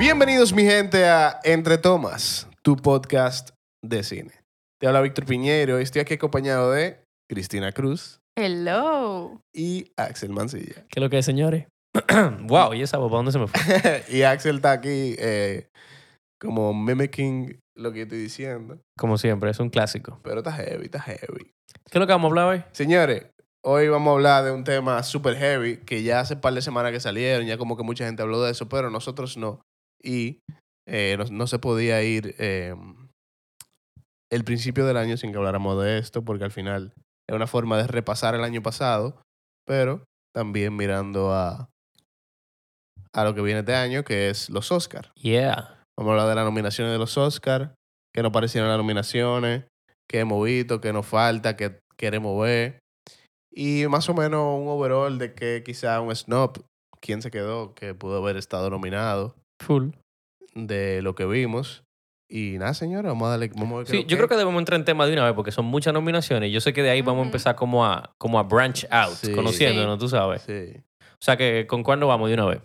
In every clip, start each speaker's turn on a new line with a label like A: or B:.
A: Bienvenidos, mi gente, a Entre Tomas, tu podcast de cine. Te habla Víctor Piñero y estoy aquí acompañado de Cristina Cruz
B: Hello.
A: y Axel Mancilla.
C: ¿Qué es lo que es, señores? wow, ¿y esa voz para dónde se me fue?
A: y Axel está aquí eh, como mimicking lo que yo estoy diciendo.
C: Como siempre, es un clásico.
A: Pero está heavy, está heavy.
C: ¿Qué es lo que vamos a hablar hoy?
A: Señores, hoy vamos a hablar de un tema super heavy que ya hace par de semanas que salieron, ya como que mucha gente habló de eso, pero nosotros no. Y eh, no, no se podía ir eh, el principio del año sin que habláramos de esto, porque al final es una forma de repasar el año pasado, pero también mirando a, a lo que viene este año, que es los Oscars.
C: Yeah.
A: Vamos a hablar de las nominaciones de los Oscars, qué nos parecieron las nominaciones, qué hemos visto, qué nos falta, qué queremos ver. Y más o menos un overall de que quizá un snob, quién se quedó, que pudo haber estado nominado
C: Full.
A: de lo que vimos. Y nada, señora, vamos a darle... Vamos a ver qué
C: Sí,
A: lo
C: yo creo que debemos entrar en tema de una vez porque son muchas nominaciones y yo sé que de ahí vamos a
B: Ujú.
C: empezar como a, como a branch out,
A: Sí.
C: conociéndonos, tú sabes.
A: Sí.
C: O sea, que ¿con cuál nos vamos de una vez?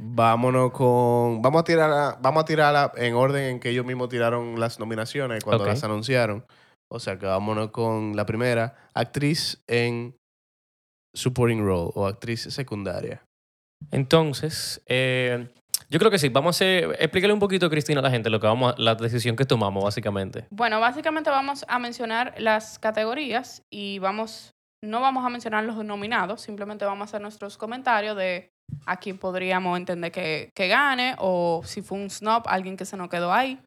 A: Vámonos con... Vamos a tirarla, vamos a tirarla en orden en que ellos mismos tiraron las nominaciones cuando
C: Ok.
A: las anunciaron. O sea que vámonos con la primera, actriz en supporting role o actriz secundaria.
C: Entonces, eh, yo creo que sí. Vamos a hacer... Explícale un poquito, Cristina, a la gente lo que vamos a- la decisión que tomamos, básicamente.
B: Bueno, básicamente vamos a mencionar las categorías y vamos, no vamos a mencionar los nominados, simplemente vamos a hacer nuestros comentarios de a quién podríamos entender que, que gane o si fue un snob, alguien que se nos quedó ahí.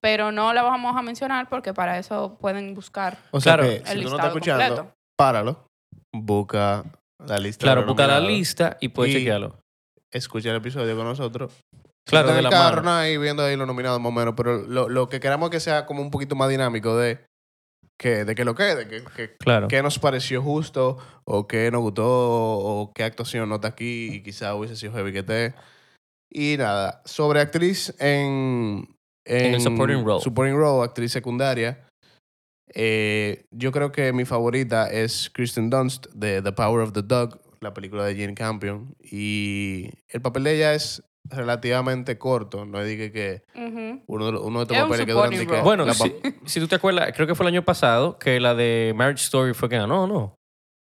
B: Pero no la vamos a mencionar porque para eso pueden buscar
A: O sea
C: Claro,
A: que si
B: el
A: tú no estás
B: listado
A: escuchando,
B: completo.
A: páralo, busca la lista. de
C: Claro,
A: los
C: busca la
A: nominados,
C: lista y puedes
A: Y-
C: chequearlo.
A: Escucha el episodio con nosotros.
C: Claro,
A: Está
C: de
A: en
C: la
A: el carro,
C: mano.
A: nada, ahí viendo ahí los nominados más o menos, pero lo, lo que queramos es que sea como un poquito más dinámico de que, de que lo quede, que, que,
C: Claro.
A: qué nos pareció justo o qué nos gustó o qué actuación no está aquí y quizá hubiese sido heavy que esté. Y nada, sobre actriz en...
C: En el supporting role.
A: Supporting role, actriz secundaria. eh, yo creo que mi favorita es Kristen Dunst de The Power of the Dog, la película de Jane Campion. Y el papel de ella es relativamente corto. No dije que
B: Ujú.
A: uno de, los- uno de estos
B: Es un
A: papeles que duran...
B: supporting
A: de que
B: role.
C: Bueno,
A: Eh, la pa-
C: si, si tú te acuerdas, creo que fue el año pasado que la de Marriage Story fue que ganó, ¿no?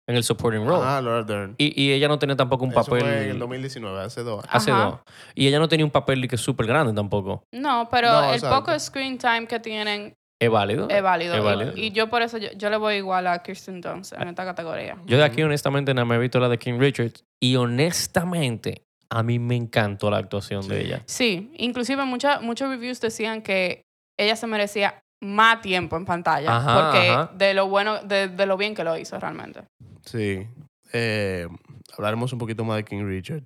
C: En el supporting role.
A: Ah, Laura Dern.
C: Y, y ella no tenía tampoco un
A: Eso
C: papel.
A: fue en el 2019, hace dos años.
C: hace
B: Ajá.
C: dos. Y ella no tenía un papel de que súper grande tampoco.
B: No, pero
A: No,
B: el
A: exacto.
B: poco screen time que tienen
C: Es válido.
B: es válido.
C: Es
B: Y-
C: válido. Ah.
B: Y, yo por eso, yo, yo le voy igual a Kirsten Dunst en esta categoría.
C: Yo de aquí, honestamente, nada me he visto la de King Richards. Y honestamente, a mí me encantó la actuación de
A: Sí.
C: ella.
B: Sí, inclusive mucha- muchos reviews decían que ella se merecía más tiempo en pantalla
C: Ajá,
B: porque
C: ajá.
B: de lo bueno de, de lo bien que lo hizo realmente
A: Sí. Eh, hablaremos un poquito más de King Richard.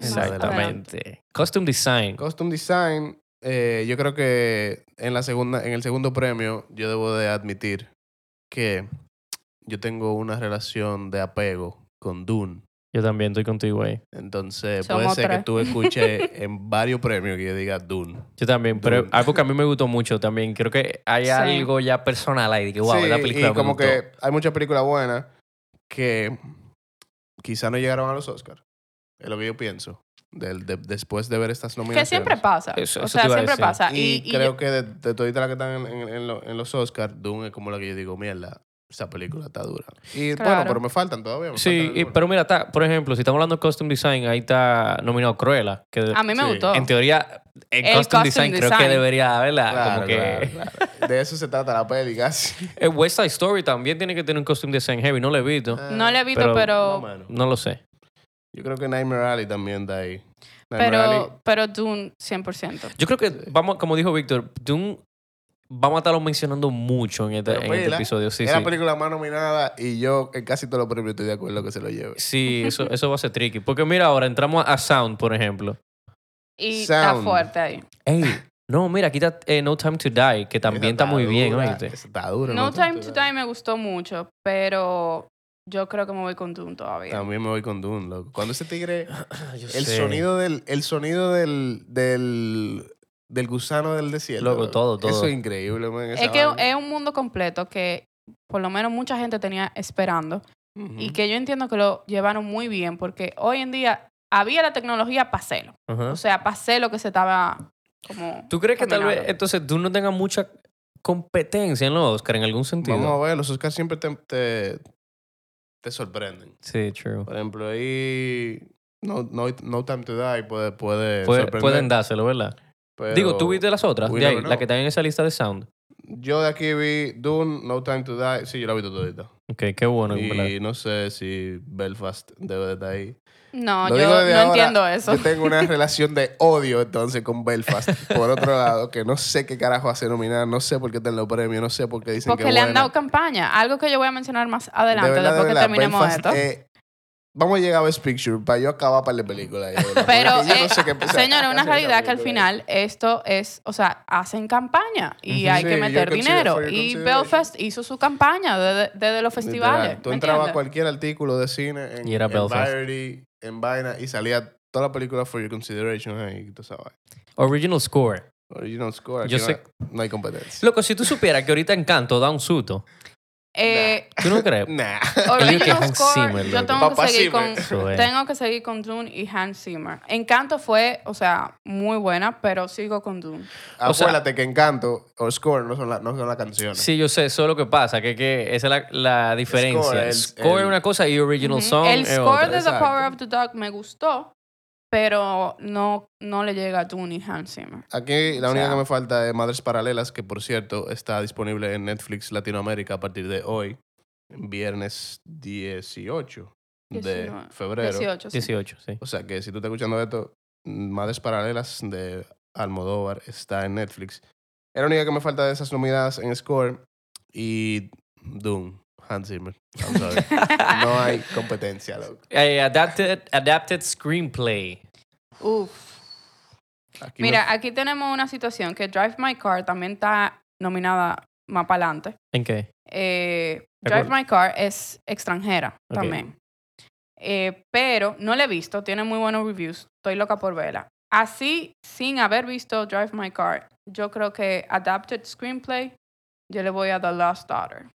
B: Más
C: Exactamente. Costume design.
A: Costume Design, eh, yo creo que en, la segunda, en el segundo premio yo debo de admitir que yo tengo una relación de apego con Dune.
C: Yo también estoy contigo ahí.
A: Entonces puede
B: Somos
A: ser que
B: tres.
A: tú escuches en varios premios que yo diga Dune.
C: Yo también. Pero
A: Dude.
C: algo que a mí me gustó mucho también. Creo que hay
B: Sí.
C: algo ya personal ahí. de que, wow,
A: Sí,
C: la película
A: y
C: me
A: como
C: gustó.
A: que hay muchas películas buenas que quizá no llegaron a los Oscars. Es lo que yo pienso. del- de- después de ver estas
B: que
A: nominaciones.
B: siempre pasa
C: Eso-
B: o
C: eso
B: sea
C: te iba a
B: siempre
C: decir.
B: pasa
A: Y,
B: y, y
A: creo que de, de toditas las que están en, en- en lo- en los Oscars, Dune es como la que yo digo, mierda, esa película está dura. Y bueno,
B: Claro.
A: pero me faltan todavía. me
C: Sí,
A: faltan
C: y-
A: algunas.
C: pero mira, está, por ejemplo, si estamos hablando de costume design, ahí está nominado Cruella, que
B: yo- a mí me
A: sí.
B: gustó
C: en teoría en
B: Ah, El costume
C: costume, design, creo que
B: design.
C: debería, ¿verdad?
A: Claro,
C: ah, Como que
A: claro, claro. De eso se trata la peli, casi.
C: Eh, West Side Story también tiene que tener un costume design heavy, no lo he visto,
A: Ah.
B: no le he visto
C: Pero-
B: pero
A: Más o
B: pero,
A: menos.
C: no lo sé.
A: Yo creo que Nightmare Alley también está ahí. Nightmare Alley,
B: pero, Dune 100%
C: Yo creo que vamos, como dijo Víctor, Dune vamos a estarlo mencionando mucho en este,
A: Pero
C: en este
A: pela,
C: episodio, sí,
A: es la
C: sí.
A: película más nominada y yo en casi todos los premios estoy de acuerdo que se lo lleve.
C: Sí, eso, eso va a ser tricky. Porque mira, ahora entramos a Sound, por ejemplo.
B: y está
A: Sound.
B: fuerte ahí
C: Ey, no, mira, aquí está eh, No Time to Die, que también
A: Esa
C: está muy bien,
A: dura,
C: oíste.
A: esa Está duro.
B: No Time to Die me gustó mucho pero yo creo que me voy con Dune todavía
A: También me voy con Dune, loco. Cuando ese tigre
C: Yo
A: El
C: sé.
A: sonido del, el sonido del, del, del gusano del desierto.
C: Loco, todo, todo.
A: Eso es increíble, man. esa
B: es que
A: vaina.
B: es un mundo completo que por lo menos mucha gente tenía esperando
A: Ujú.
B: y que yo entiendo que lo llevaron muy bien porque hoy en día había la tecnología para hacerlo.
C: Ajá.
B: O sea, para hacer lo que se estaba como...
C: ¿Tú crees que tal vez
B: Caminando.
C: entonces tú no tengas mucha competencia en los Oscar en algún sentido?
A: Vamos a ver, los Oscars siempre te, te, te sorprenden.
C: Sí, true.
A: Por ejemplo, ahí No, no, no Time to Die puede, puede
C: Puede-
A: Eh, sorprender.
C: pueden dárselo, ¿verdad?
A: pero
C: Digo, tú viste las otras,
A: we
C: de ahí,
A: never
C: la
A: know.
C: que están en esa lista de sound.
A: Yo de aquí vi Dune, No Time to Die. Sí, yo la he visto todita.
C: Ok, qué bueno. en verdad.
A: y no sé si Belfast debe de estar ahí.
B: No,
A: Lo
B: yo
A: digo
B: no
A: desde ahora,
B: entiendo eso.
A: Yo tengo una relación de odio entonces con Belfast. Por otro lado, que no sé qué carajo hace nominar, no sé por qué están los premios, no sé por qué dicen
B: Porque
A: que
B: le han
A: buena.
B: dado campaña. Algo que yo voy a mencionar más
A: De
B: adelante,
A: verdad, de
B: después que
A: verdad,
B: terminemos
A: Belfast,
B: esto.
A: eh, vamos a llegar a Best Picture para yo acabar para la película.
B: Pero,
A: señores,
B: eh, señores, una realidad que al final esto es, o sea, hacen campaña y
C: Ujú.
B: hay que
A: Sí,
B: meter
A: yo consider-
B: dinero.
A: for your
B: Y
A: consideration.
B: Belfast hizo su campaña desde, desde los festivales.
A: Tú
B: pues, ¿me
A: entrabas a
B: entiendes?
A: cualquier artículo de cine en,
C: Y era
A: en
C: Belfast.
A: Variety, en Vaina, y salía toda la película for your consideration ahí, tú sabes.
C: Original score.
A: Original score.
C: Yo
A: aquí
C: sé-
A: No, no hay competencia.
C: Loco, si tú supieras que ahorita Encanto da un susto,
B: Eh,
C: ¿tú no crees?
A: Nah.
C: Yo que
B: Original
C: Hans
B: Score,
C: Zimmer,
B: yo
C: loco.
B: tengo que,
A: Papá
B: seguir con,
A: Zimmer.
C: Eso es.
B: tengo que seguir con Dune y Hans Zimmer. Encanto fue, o sea, muy buena, pero sigo con Dune.
C: O sea-
A: Acuérdate que Encanto o Score no son, la- no son las canciones.
C: Sí, yo sé, eso es lo que pasa, que, que esa es la, la diferencia. Score,
A: Score, el-
C: es
A: el-
C: una cosa y original
B: Ujú.
C: song
B: El
C: es
B: score
C: eh, otra.
B: de The
A: exacto.
B: Power of the Dog me gustó, pero no, no le llega a Dune y Hans Zimmer.
A: Aquí la
B: O
A: única
B: sea-
A: que me falta es Madres Paralelas, que por cierto está disponible en Netflix Latinoamérica a partir de hoy, viernes 18
B: 19,
A: de febrero.
B: 18. sí.
C: 18, sí.
A: O sea que si tú estás escuchando esto, Madres Paralelas de Almodóvar está en Netflix. Es la única que me falta de esas nominadas en Score y Doom, Hans Zimmer. I'm sorry. no hay competencia, loco.
C: Eh, adapted, adapted Screenplay.
B: Uf.
A: Aquí me-
B: Mira, aquí tenemos una situación que Drive My Car también está nominada más para adelante.
C: ¿En qué?
B: Eh,
C: De
B: Drive
C: acuerdo.
B: My Car es extranjera
C: Ok.
B: también. Eh, pero no la he visto, tiene muy buenos reviews. Estoy loca por verla. Así, sin haber visto Drive My Car, yo creo que Adapted Screenplay, yo le voy a The Lost Daughter.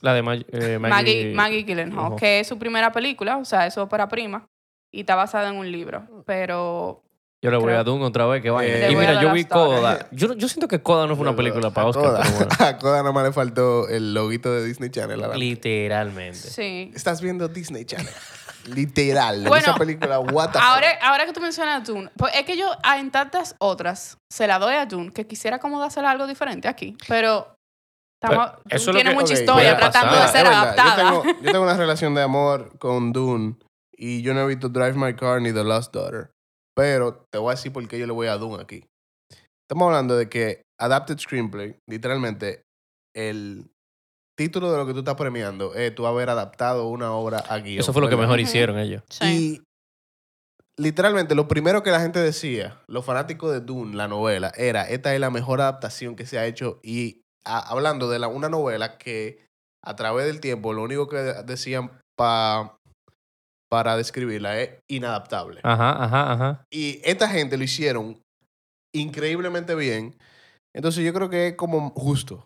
C: La de Mag- eh,
B: Maggie, Maggie Gyllenhaal,
C: Ujú.
B: que es su primera película, o sea, es su ópera prima, y está basada en un libro. Pero
C: Yo le voy
B: Creo-
C: a Doom otra vez, que vaina.
A: Le
C: y
A: voy
C: mira,
B: a
C: yo
B: dar
C: vi
B: hasta ahora.
C: Coda. Yo, yo siento que Coda no fue una película para
A: a
C: Oscar,
A: Coda-
C: pero bueno.
A: A Coda nomás le faltó el loguito de Disney Channel. a la-
C: Literalmente.
B: sí,
A: Estás viendo Disney Channel. Literal.
B: Bueno,
A: esa película, what the
B: Ahora,
A: fuck.
B: ahora que tú mencionas a Dune, pues es que yo ah, en tantas otras se la doy a Dune, que quisiera como dársela algo diferente aquí, pero estamos,
C: Pero Pues,
B: Dune
C: eso es lo
B: tiene
C: que-
B: mucha
A: Ok,
B: historia
C: puede
B: tratando
C: pasar.
B: de ser
A: Es verdad,
B: adaptada.
A: Yo tengo, yo tengo una relación de amor con Dune y yo no he visto Drive My Car ni The Lost Daughter. Pero te voy a decir por qué yo le voy a Dune aquí. Estamos hablando de que Adapted Screenplay, literalmente, el título de lo que tú estás premiando es tú haber adaptado una obra a guión.
C: Eso fue lo que
A: ¿verdad?
C: mejor
B: Ujú.
C: hicieron ellos.
B: Sí.
A: Y literalmente lo primero que la gente decía, los fanáticos de Dune, la novela, era, esta es la mejor adaptación que se ha hecho. Y a- hablando de la, una novela que a través del tiempo lo único que de- decían pa- para describirla es inadaptable.
C: Ajá, ajá, ajá.
A: Y esta gente lo hicieron increíblemente bien. Entonces yo creo que es como justo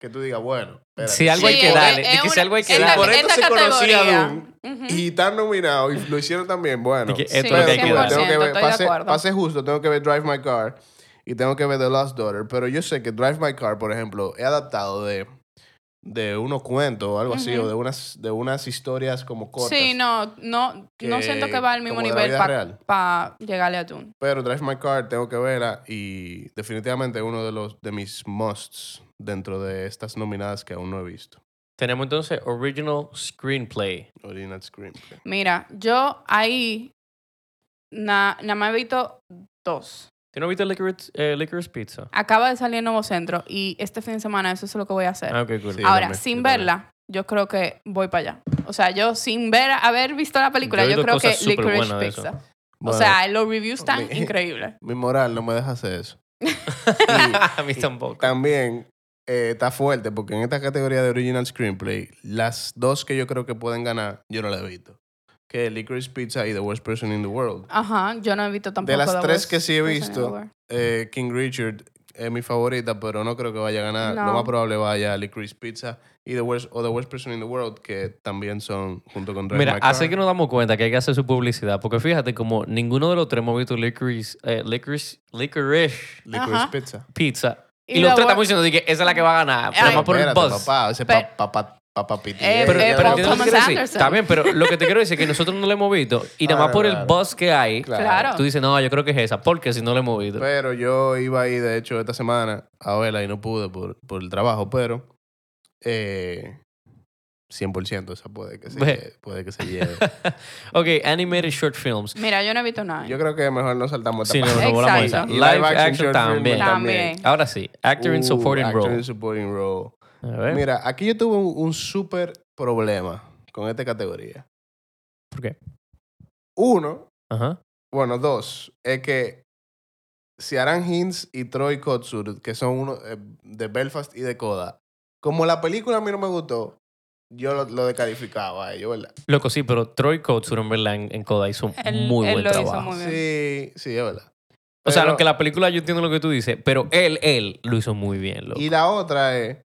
A: que tú digas, bueno, espérate,
C: Sí, algo hay que
B: es-
C: darle,
B: es
C: de que si
B: una-
C: algo hay que
B: es la-
C: darle.
A: Por
B: es
A: esto
B: la
A: se conocía
B: categoría.
A: Dune
B: Ujú.
A: y están nominados y lo hicieron también bueno.
C: Y que
B: Sí,
C: esto es lo que hay que
A: Pero,
C: dar.
A: tengo que ver,
B: estoy de
A: pase,
B: acuerdo.
A: pase justo, tengo que ver Drive My Car y tengo que ver The Lost Daughter. Pero yo sé que Drive My Car, por ejemplo, he adaptado de, de unos cuentos o algo así,
B: Ujú.
A: o de unas, de unas historias como cortas.
B: Sí, no, no, no
A: que-
B: siento que va al mismo
A: como de la
B: nivel
A: vida
B: para
A: real.
B: llegarle a Dune.
A: Pero Drive My Car tengo que verla y definitivamente uno de, los, de mis musts dentro de estas nominadas que aún no he visto.
C: Tenemos entonces Original Screenplay.
A: Original Screenplay.
B: Mira, yo ahí na- nada más he visto dos.
C: ¿Tú no viste Licorice, eh, Licorice Pizza?
B: Acaba de salir Nuevo Centro y este fin de semana eso es lo que voy a hacer.
C: Ah, ok, cool.
A: Sí,
B: Ahora,
A: también,
B: sin
A: yo también.
B: verla, yo creo que voy para allá. O sea, yo sin ver, haber visto la película,
C: Yo he
B: yo,
C: oído
B: creo que
C: cosas súper
B: Licorice
C: buenas de eso.
B: Pizza. O
A: Bueno,
B: sea, los reviews están
A: mi-
B: increíbles.
A: mi moral no me deja hacer eso.
C: A mí tampoco.
A: también eh, está fuerte porque en esta categoría de original screenplay, las dos que yo creo que pueden ganar, yo no las he visto. Que es Licorice Pizza y The Worst Person in the World.
B: Ajá, yo no he visto tampoco.
A: las
B: The
A: tres
B: Worst
A: que sí he
B: Person in the
A: visto,
B: World.
A: Eh, King Richard es mi favorita, pero no creo que vaya a ganar.
B: No.
A: Lo más probable vaya Licorice Pizza y The Worst, o The Worst Person in the World, que también son junto con Drive
C: Mira,
A: My Car.
C: así que nos damos cuenta que hay que hacer su publicidad. Porque fíjate, como ninguno de los tres hemos visto licorice, eh, licorice, licorice
A: Licorice
B: Ajá.
A: Pizza.
C: pizza. Y, los
B: luego-
C: tres estamos diciendo de que esa es la que va a ganar. Pero
B: Ay.
C: más por un
A: Espérate,
C: buzz.
A: papá, ese
B: Pe-
A: pa- papá, papá piti-
B: Eh,
C: Pero,
B: eh,
C: pero
B: Paul
C: entiendo lo que
B: Thomas
C: quiero decir.
B: Anderson.
C: Está bien, pero lo que te quiero decir es que nosotros no lo hemos visto. Y nada
A: Ah,
C: más por el
A: claro.
C: buzz que hay,
B: Claro.
C: tú dices, no, yo creo que es esa. Porque si no lo hemos visto.
A: Pero yo iba ahí, de hecho, esta semana a verla y no pude por, por el trabajo, pero eh, 100% esa puede que se,
C: Ve.
A: lleve- puede que se lleve.
C: Ok, animated short films.
B: Mira, yo no he visto nada.
A: Yo creo que mejor no saltamos
C: Sí, no,
A: parte.
C: no volamos esa.
B: Exacto.
C: Live action
A: short film
C: también.
B: También.
C: Ahora sí, actor in
A: Uh,
C: supporting
A: actor
C: role.
A: in supporting role.
C: A ver,
A: Mira, aquí yo tuve un, un súper problema con esta categoría.
C: ¿por qué?
A: Uno,
C: Ajá.
A: bueno, dos, es que Ciaran Hinds y Troy Kotsur, que son uno eh, de Belfast y de Coda, como la película a mí no me gustó, yo lo, lo descalificaba a ellos, ¿verdad?
C: Loco, sí, pero Troy Kotsur en verdad en, en Koda hizo un
B: Él-
C: muy
B: él
C: buen
B: lo hizo
C: trabajo.
B: muy bien.
A: Sí, sí, es verdad.
C: O sea,
A: Pero-
C: aunque la película yo entiendo lo que tú dices, pero él, él lo hizo muy bien, loco.
A: Y la otra es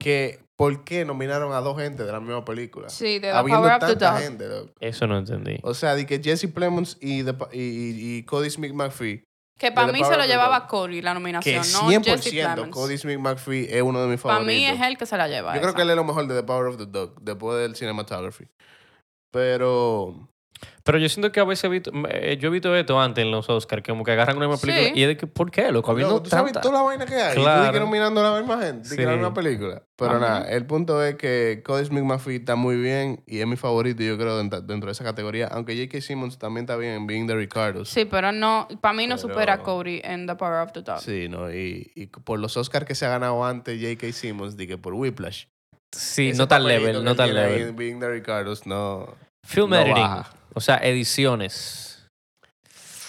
A: que, ¿por qué nominaron a dos gente de la misma película?
B: Sí, de The
A: Habiendo
B: Power Up to
A: tanta
B: Dog.
A: gente, loco.
C: Eso no entendí.
A: O sea, de que Jesse Plemons y, The Pa- y, y- y Cody Smith McPhee,
B: Que
A: de
B: para
A: The
B: mí se
A: Power
B: lo
A: Up to
B: llevaba
A: Dog.
B: Cory la nominación,
A: que
B: no Jesse
A: 100%
B: Plemons.
A: Cody Smith McPhee es uno de mis
B: Para
A: favoritos.
B: mí es él que se la lleva.
A: Yo creo
B: esa.
A: que él es lo mejor de The Power of the Dog, después del cinematography. Pero
C: Pero yo siento que a veces he visto, eh, yo he visto esto antes en los Oscars, que como que agarran una misma
B: Sí.
C: película y es de que, ¿por qué, loco? Habiendo
A: Loco, tú sabes
C: tanta-
A: toda la vaina que hay. Y
C: Claro.
A: tú dices mirando a la misma gente. Sí.
C: Sí.
A: Que era una película. Pero
B: Ajá.
A: nada, el punto es que Cody Smith McPhee está muy bien y es mi favorito, yo creo, dentro, dentro de esa categoría. Aunque J.K. Simmons también está bien en Being the Ricardos.
B: Sí, pero no, para mí no
A: Pero-
B: supera a Cory en The Power of the Dog.
A: Sí, ¿no? Y, y por los Oscars que se ha ganado antes J.K. Simmons, dije por Whiplash.
C: Sí,
A: Ese
C: no tal
A: papelito
C: level,
A: que
C: no
A: él
C: tal
A: tiene ahí
C: level.
A: en Being the Ricardos, no.
C: Film
A: no
C: editing,
A: baja.
C: o sea, ediciones.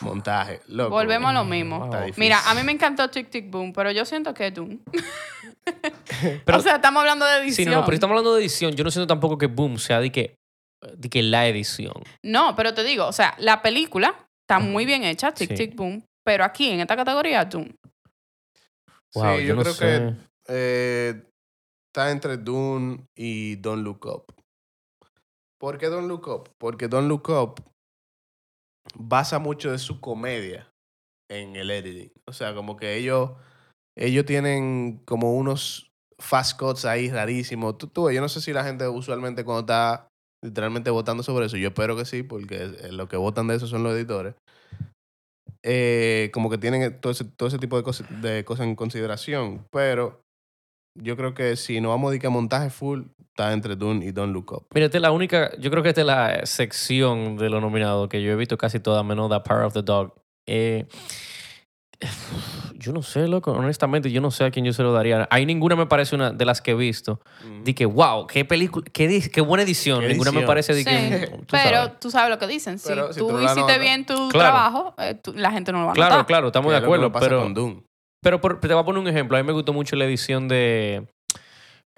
A: Montaje. Loco.
B: Volvemos a lo mismo.
A: Está difícil.
B: Mira, a mí me encantó Tic Tic Boom, pero yo siento que es Doom.
C: Pero-
B: o sea, estamos hablando de edición.
C: Sí, no, no, pero estamos hablando de edición. Yo no siento tampoco que Boom sea de que, de que la edición.
B: No, pero te digo, o sea, la película está muy bien hecha, Tic
C: Sí.
B: Tic Boom, pero aquí en esta categoría Doom.
A: Sí,
C: Wow,
A: yo,
C: yo, no
A: creo
C: sé.
A: que eh, está entre Dune y Don't Look Up. ¿Por qué Don't Look Up? Porque Don't Look Up basa mucho de su comedia en el editing. O sea, como que ellos, ellos tienen como unos fast cuts ahí rarísimos. Tú, tú, yo no sé si la gente usualmente cuando está literalmente votando sobre eso, yo espero que sí, porque es- lo que votan de eso son los editores. Eh, como que tienen todo ese, todo ese tipo de, cosas- de cosas en consideración, pero yo creo que si no vamos a dedicar montaje full, está entre Dune y Don't Look Up.
C: Mira, esta es la única, yo creo que esta es la eh, sección de lo nominado que yo he visto casi toda, menos The Power of the Dog. Eh, yo no sé, loco, honestamente, yo no sé a quién yo se lo daría. Hay ninguna me parece una de las que he visto. Di que, wow, qué película, qué, di- qué buena edición.
A: Qué
C: ninguna me
A: edición.
C: parece de
B: Sí,
C: que. tú
B: pero
C: sabes.
B: tú sabes lo que dicen. Si
A: Pero si
B: tú
A: tú la
B: hiciste
A: notas.
B: bien tu
C: Claro.
B: trabajo, eh, tú- la gente no lo va a
C: Claro,
B: notar.
C: claro, estamos
A: Que
C: de
A: es lo que me
C: acuerdo,
A: pasa
C: pero.
A: con Dune.
C: Pero por- te voy a poner un ejemplo. A mí me gustó mucho la edición de.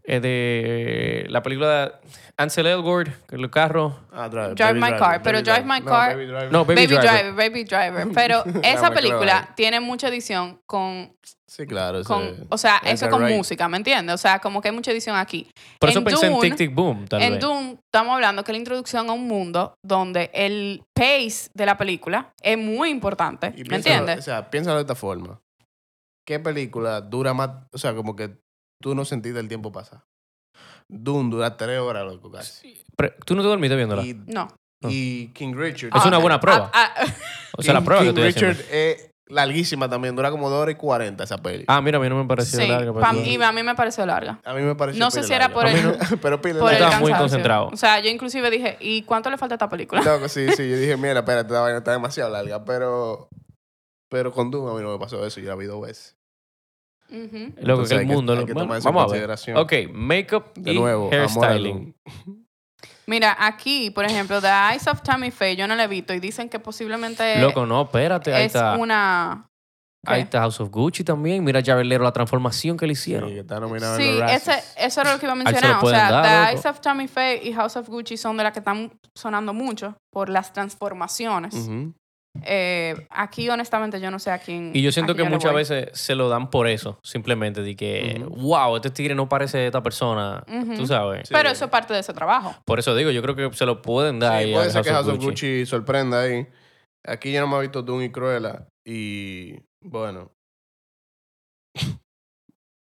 C: eh, de la película de Ansel Elgort, que los carros.
A: Ah, Drive,
B: Drive
A: Baby
B: My Car, pero
A: Baby
B: Drive My
A: No,
B: Car-
A: Baby Driver.
C: No, Baby,
B: Baby,
C: Driver.
B: Driver. Baby Driver. Pero esa
A: me
B: película
A: clavaron.
B: tiene mucha edición con,
A: Sí, claro.
B: con
A: sí.
B: o sea,
A: Edgar
B: eso con
A: Wright.
B: música, ¿me entiendes? O sea, como que hay mucha edición aquí.
C: Por eso
B: En
C: pensé en
B: Dune-
C: Tic Tic Boom, tal
B: en
C: vez.
B: Doom estamos hablando que es la introducción a un mundo donde el pace de la película es muy importante,
A: Y
B: ¿me
A: piénsalo- O
B: entiendes?
A: sea, piénsalo de esta forma. ¿Qué película dura más? O sea, como que tú no sentiste el tiempo pasar. Dune dura tres horas, loco, casi.
C: Pero tú no te dormiste viéndola.
A: Y,
B: No.
C: No.
A: y King Richard.
C: Es una buena prueba.
B: Ah, ah,
C: o sea, la
A: King-
C: prueba que
A: King
C: estoy haciendo.
A: Richard es larguísima también. Dura como dos horas y cuarenta esa peli.
C: Ah, mira, a mí no me pareció
B: sí,
C: larga.
B: pa-
C: pero-
B: y a mí me pareció larga.
A: A mí me pareció
B: No sé
A: pila
B: si era
A: larga.
B: por
C: A mí
B: el,
A: Pero pila
B: por el
A: larga.
C: Estaba muy
B: cansancio.
C: concentrado.
B: O sea, yo inclusive dije, ¿y cuánto le falta a esta película?
A: Loco, sí, sí. Yo dije, mira, espérate, esta vaina está demasiado larga. Pero... Pero con Dune a mí no me pasó eso. Yo la vi dos veces.
B: Ujú.
C: Loco,
A: Entonces
C: que el
A: hay que-
C: mundo.
A: hay
C: lo-
A: que
C: bueno,
A: tomar eso en
C: vamos a ver.
A: consideración.
C: Ok, makeup
A: De
C: y
A: nuevo, amor a
C: hairstyling.
A: Dune.
B: Mira, aquí, por ejemplo, The Eyes of Tammy Faye, yo no la he visto y dicen que posiblemente
C: Loco, no, espérate. Ahí
B: Eh, es
C: está,
B: una... ¿Qué?
C: ahí está House of Gucci también. Mira, Jared Leto, la transformación que le hicieron.
A: Sí, que está nominado en
B: Sí,
A: los Razzies.
B: ese, eso era lo que iba a
C: se lo
B: mencionar. O
C: pueden
B: sea,
C: dar,
B: The
C: loco.
B: Eyes of Tammy Faye y House of Gucci son de las que están sonando mucho por las transformaciones.
A: Ujú.
B: Eh, aquí, honestamente, yo no sé a quién.
C: Y yo siento
B: a
C: que
B: quién yo le
C: muchas
B: voy.
C: veces se lo dan por eso, simplemente, de que,
A: Ujú.
C: wow, este tigre no parece esta persona,
B: Ujú.
C: tú sabes.
A: Sí.
B: Pero eso es parte de ese trabajo.
C: Por eso digo, yo creo que se lo pueden dar.
A: Sí,
C: ahí
A: puede
C: a
A: ser que House of
C: Gucci.
A: Gucci sorprenda ahí. Aquí ya no me ha visto Doom y Cruella. Y bueno.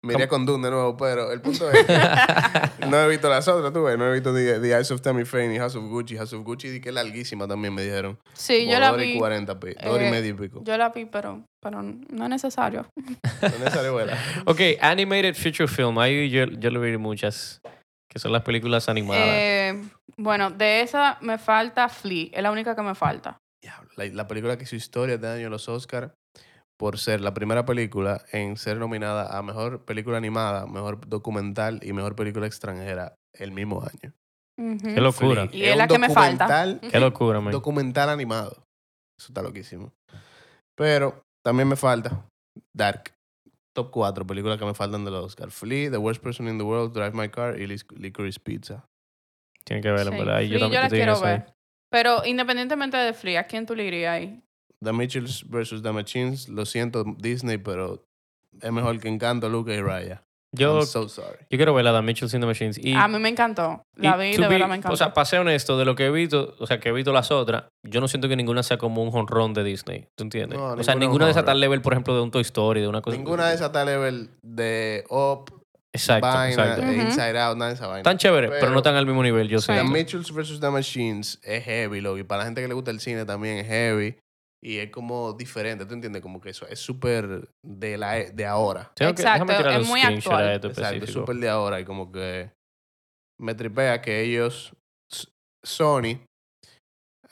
A: Me iría con Doom de nuevo, pero el punto es. no he visto las otras, tú ves. No he visto The, The Eyes of Tammy Faye ni House of Gucci. House of Gucci di que es larguísima también, me dijeron.
B: Sí,
A: Como
B: yo la
A: dos horas y
B: vi.
A: 40 pi- dos horas
B: eh,
A: y media y pico.
B: Yo la vi, pero, pero no es necesario.
A: Con esa de vuela.
C: ok, Animated Feature Film. Ahí yo, yo le vi muchas, que son las películas animadas.
B: Eh, bueno, de esa me falta Flea. Es la única que me falta.
A: Diablo, La, la película que hizo historia este año en los Oscars por ser la primera película en ser nominada a Mejor Película Animada, Mejor Documental y Mejor Película Extranjera el mismo año.
B: Ujú.
C: Qué locura.
A: Flea.
B: Y es
A: un
B: la que me falta.
A: documental-
C: Qué locura, man.
A: Documental animado. Eso está loquísimo. Pero también me falta Dark. Top 4 películas que me faltan de los Oscar. Flea, The Worst Person in the World, Drive My Car y Lic- Licorice Pizza.
C: Tiene que verla,
B: Sí,
C: ¿verdad? Y
B: Flea, yo la
C: estoy en
B: quiero
C: esa ahí.
B: ver. Pero independientemente de Flea, ¿a quién tú le irías ahí?
A: The Mitchells vs. The Machines. Lo siento, Disney, pero es mejor que Encanto, Luca y Raya.
C: Yo,
A: I'm so sorry.
C: yo quiero verla, The Mitchells in the Machines. Y,
B: a mí me encantó. La
C: y
B: vi y
C: to
B: de
C: be-
B: verdad me encantó.
C: O sea, para ser honesto, de lo que he visto, o sea, que he visto las otras, yo no siento que ninguna sea como un honrón de Disney. ¿Tú entiendes?
A: No,
C: o
A: ninguna es
C: sea,
A: un
C: ninguna de esas
A: jonrón.
C: tal level, por ejemplo, de un Toy Story, de una cosa.
A: Ninguna de esas está level de Up,
C: Exacto,
A: Vaina,
C: exacto.
A: e
B: Ujú.
A: Inside Out, nada de esa vaina.
C: Tan chévere, pero,
A: Pero-
C: no tan al mismo nivel, yo
B: Sí.
A: The
C: siento.
A: Mitchells vs. The Machines es heavy, loco. Y para la gente que le gusta el cine también es heavy. Y es como diferente, ¿tú entiendes? Como que eso es súper de, la e- de ahora.
C: Tengo que-
B: Exacto,
C: déjame tirar
B: es
C: un
B: muy
C: screenshot
B: actual.
C: a esto
A: Exacto,
C: específico.
A: súper de ahora. Y como que me tripea que ellos, S- Sony,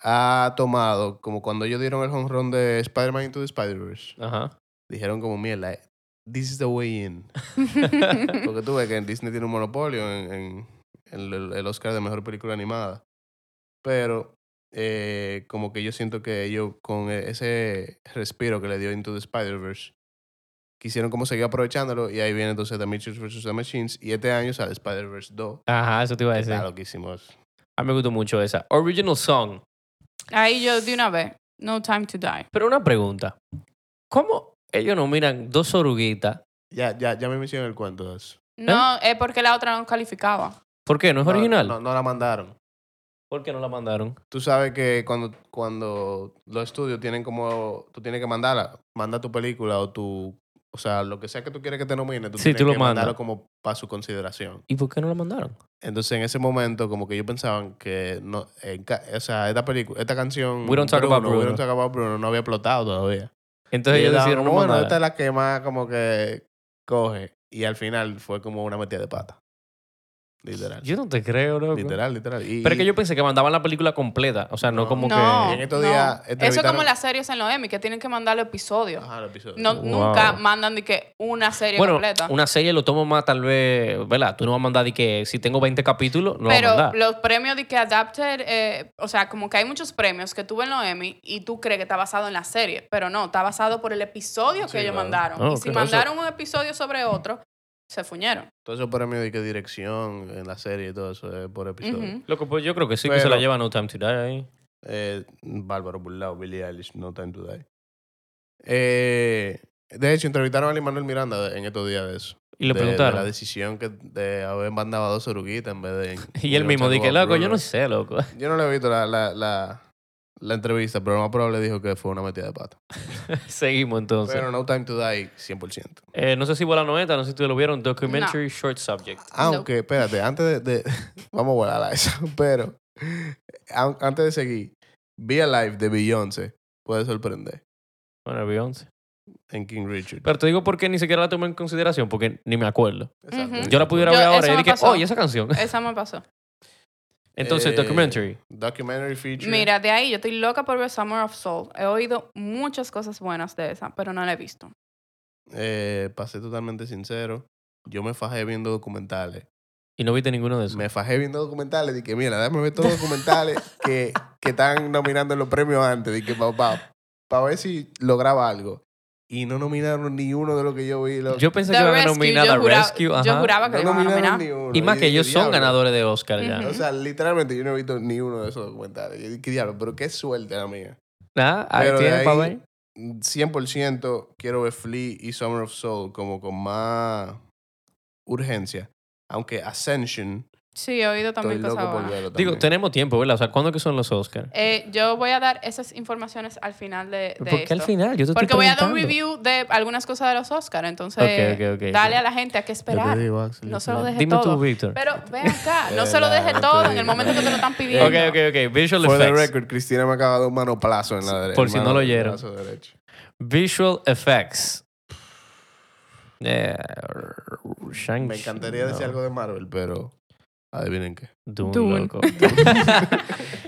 A: ha tomado, como cuando ellos dieron el home run de Spider-Man Into the Spider-Verse,
C: Ajá.
A: dijeron como, mierda, eh, this is the way in. Porque tú ves que Disney tiene un monopolio en, en- en el, el Oscar de Mejor Película Animada. Pero eh, como que yo siento que ellos, con e- ese respiro que le dio Into the Spider-Verse, quisieron como seguir aprovechándolo y ahí viene entonces The Mitchells vs. The Machines y este año sale Spider-Verse 2.
C: Ajá, eso te iba a decir.
A: Está loquísimo eso.
C: A mí me gustó mucho esa. Original Song.
B: ahí yo de una vez. No time to die.
C: Pero una pregunta. ¿Cómo ellos nominan dos oruguitas?
A: Ya, ya, ya me hicieron el cuento de eso.
B: No, es porque la otra no calificaba.
C: ¿Por qué? ¿No es
A: No,
C: original?
A: No, no la mandaron.
C: ¿Por qué no la mandaron?
A: Tú sabes que cuando, cuando los estudios tienen como... Tú tienes que mandarla. Manda tu película o tu... O sea, lo que sea que tú quieres que te nomine, tú
C: Sí,
A: tienes
C: tú lo
A: que
C: mandas.
A: mandarlo como para su consideración.
C: ¿Y por qué no la mandaron?
A: Entonces, en ese momento, como que ellos pensaban que... No, en ca- o sea, esta película, esta canción...
C: We Don't Talk About
A: We
C: Bruno.
A: Don't Talk About Bruno no había explotado todavía.
C: Entonces
A: Y
C: ellos
A: daban
C: decidieron
A: como,
C: no
A: bueno,
C: mandarla.
A: esta es la que más como que coge. Y al final fue como una metida de pata. Literal.
C: Yo no te creo, loco.
A: Literal, literal. Y,
C: Pero es que yo pensé que mandaban la película completa. O sea, no,
A: No.
C: como
B: No.
A: en
C: que...
A: estos
B: no.
A: días
B: Eso es
A: entrevistaron- Ah,
B: como las series en los Emmy, que tienen que mandar los episodios.
A: Ajá, el episodio.
B: No,
C: Wow.
B: Nunca mandan de que una serie
C: Bueno,
B: completa.
C: una serie lo tomo más tal vez, ¿verdad? Tú no vas a mandar de que si tengo 20 capítulos, no vas a
B: Pero
C: mandar.
B: los premios de que Adapted, eh, o sea, como que hay muchos premios que tú ves en los Emmy y tú crees que está basado en la serie, pero no, está basado por el episodio
A: Sí,
B: que ellos
A: claro.
B: mandaron.
C: Oh,
B: y si
C: claro,
B: mandaron un episodio sobre otro, se fuñeron.
A: Todo eso para mí de que dirección en la serie y todo eso es por episodio.
B: Ujú.
C: Loco, pues yo creo que sí que
A: Pero-
C: se la lleva No Time to Die ahí.
A: Eh, Bárbaro Burlao, Billie Eilish, No Time to Die. Eh, de hecho, entrevistaron a Lin Manuel Miranda de- en estos días de eso.
C: Y le
A: De-
C: preguntaron.
A: De la decisión que de haber mandado a dos oruguitas en vez de.
C: y él
A: de
C: mismo
A: Chaco
C: dije,
A: Bab
C: loco, yo
A: Bruno".
C: no sé, loco.
A: Yo no le he visto la, la, la, la entrevista, pero lo más probable dijo que fue una metida de pata.
C: Seguimos entonces.
A: Pero No Time to Die, 100%.
C: Eh, no sé si fue la noveta, no sé si tú lo vieron. Documentary Short Subject.
A: Aunque, Ah, espérate, antes de, de- Vamos a volar a eso, pero... an- antes de seguir, Be Alive de Beyoncé puede sorprender
C: Bueno, Beyoncé.
A: en King Richard.
C: Pero te digo por qué ni siquiera la tomé en consideración, porque ni me acuerdo.
B: Ujú.
C: Yo la pudiera
B: Yo-
C: ver ahora
B: eso
C: y
B: me
C: dije,
B: pasó.
C: oye, esa canción.
B: Esa me pasó.
C: Entonces,
A: Eh,
C: Documentary.
A: Documentary feature.
B: Mira, de ahí yo estoy loca por ver Summer of Soul. He oído muchas cosas buenas de esa, pero no la he visto.
A: Eh, para ser totalmente sincero, yo me fajé viendo documentales.
C: Y no viste ninguno de esos.
A: Me fajé viendo documentales. Dije, mira, déjame ver todos los documentales que, que están nominando en los premios antes. Dije, papá, para ver si lograba algo. Y no nominaron ni uno de lo que yo vi. loco.
C: Yo pensé
B: The
C: que iban a
B: Rescue,
C: nominar
B: yo
C: a
B: jura-
C: Rescue.
B: Yo
C: ajá.
B: juraba
A: no
B: que la iban a
A: nominaron
B: nominar.
A: ni uno.
C: Y más
A: Yo
C: que
A: dije,
C: ellos son
A: "Diablo".
C: ganadores de Oscar ya.
B: Ujú.
A: O sea, literalmente yo no he visto ni uno de esos documentales. Yo dije, ¿Qué diablo? Pero qué suerte la mía.
C: Nada, ahí
A: Pero de
C: tienes para
A: ahí-
C: Ah, ver.
A: 100% quiero ver Flea y Summer of Soul como con más urgencia. Aunque Ascension,
B: Sí, he oído también
A: estoy
B: cosas
A: loco por
B: buenas.
A: verlo también.
C: Digo, tenemos tiempo, ¿verdad? O sea, ¿cuándo que son los Oscars?
B: Eh, yo voy a dar esas informaciones al final de, Eh, de
C: ¿Por qué
B: esto.
C: al final? Yo te
B: Porque
C: estoy
B: voy a dar un
C: preguntando.
B: review de algunas cosas de los Oscars. Entonces,
C: Ok, ok, ok.
B: dale a la gente a qué esperar. No se lo deje
C: Dime
B: todo.
C: tú, Víctor.
B: Pero ven acá, no
A: De
B: se lo
A: verdad,
B: deje
A: no
B: todo
A: te
B: en el
A: digo.
B: momento que te lo están pidiendo.
C: Ok, ok, ok. Visual
A: For the
C: effects.
A: record, Cristina me acaba de dar un manoplazo en la derecha.
C: Por si no
A: mano-
C: lo oyeron.
A: brazo derecho.
C: Visual effects. Eh,
A: Me encantaría decir algo de Marvel, pero adivinen qué.
C: Dune,
B: Dune.
C: loco.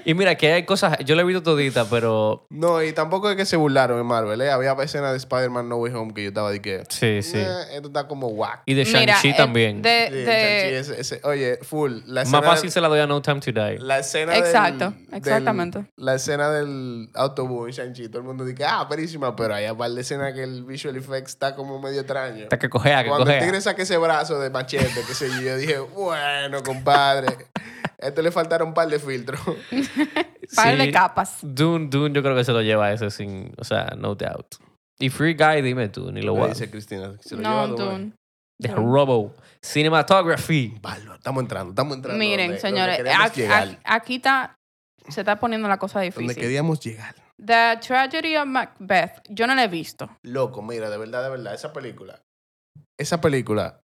C: y mira, que hay cosas... Yo la he visto todita, pero...
A: No, y tampoco es que se burlaron en Marvel, ¿eh? Había escenas de Spider-Man No Way Home que yo estaba de que...
C: Sí, sí.
A: "Nah, esto está como whack.
C: Y de
B: Mira,
C: Shang-Chi
B: eh,
C: también.
B: De,
A: Sí,
B: de-
A: Shang-Chi, ese- ese- oye, full. La escena,
C: Más fácil se la doy a No Time to Die.
A: La escena del-
B: Exacto,
A: del-
B: exactamente.
A: la escena del autobús en Shang-Chi. Todo el mundo dice, ah, perísima. Pero hay un par de escenas que el visual effect está como medio extraño.
C: Hasta que cojea, que
A: Cuando el
C: cojea.
A: tigre saque ese brazo de machete, que sé yo, yo dije, bueno, compadre, a esto le faltaron un par de filtros.
B: par de
C: Sí.
B: capas.
C: Dune, Dune, yo creo que se lo lleva ese sin... O sea, no doubt. Y Free Guy, dime tú, ni
A: Lo
C: lo voy a...
A: dice Cristina. Se lo
B: No,
A: lleva todo. eh.
B: Dune.
C: De
B: Dune.
C: Robo. Cinematography.
A: Pablo, estamos entrando, estamos entrando.
B: Miren,
A: donde-
B: señores,
A: Donde queríamos
B: ac-
A: llegar.
B: ac- aquí está, se está poniendo la cosa
A: donde
B: difícil.
A: queríamos llegar.
B: The Tragedy of Macbeth. Yo no la he visto.
A: Loco, mira, de verdad, de verdad, esa película. Esa película.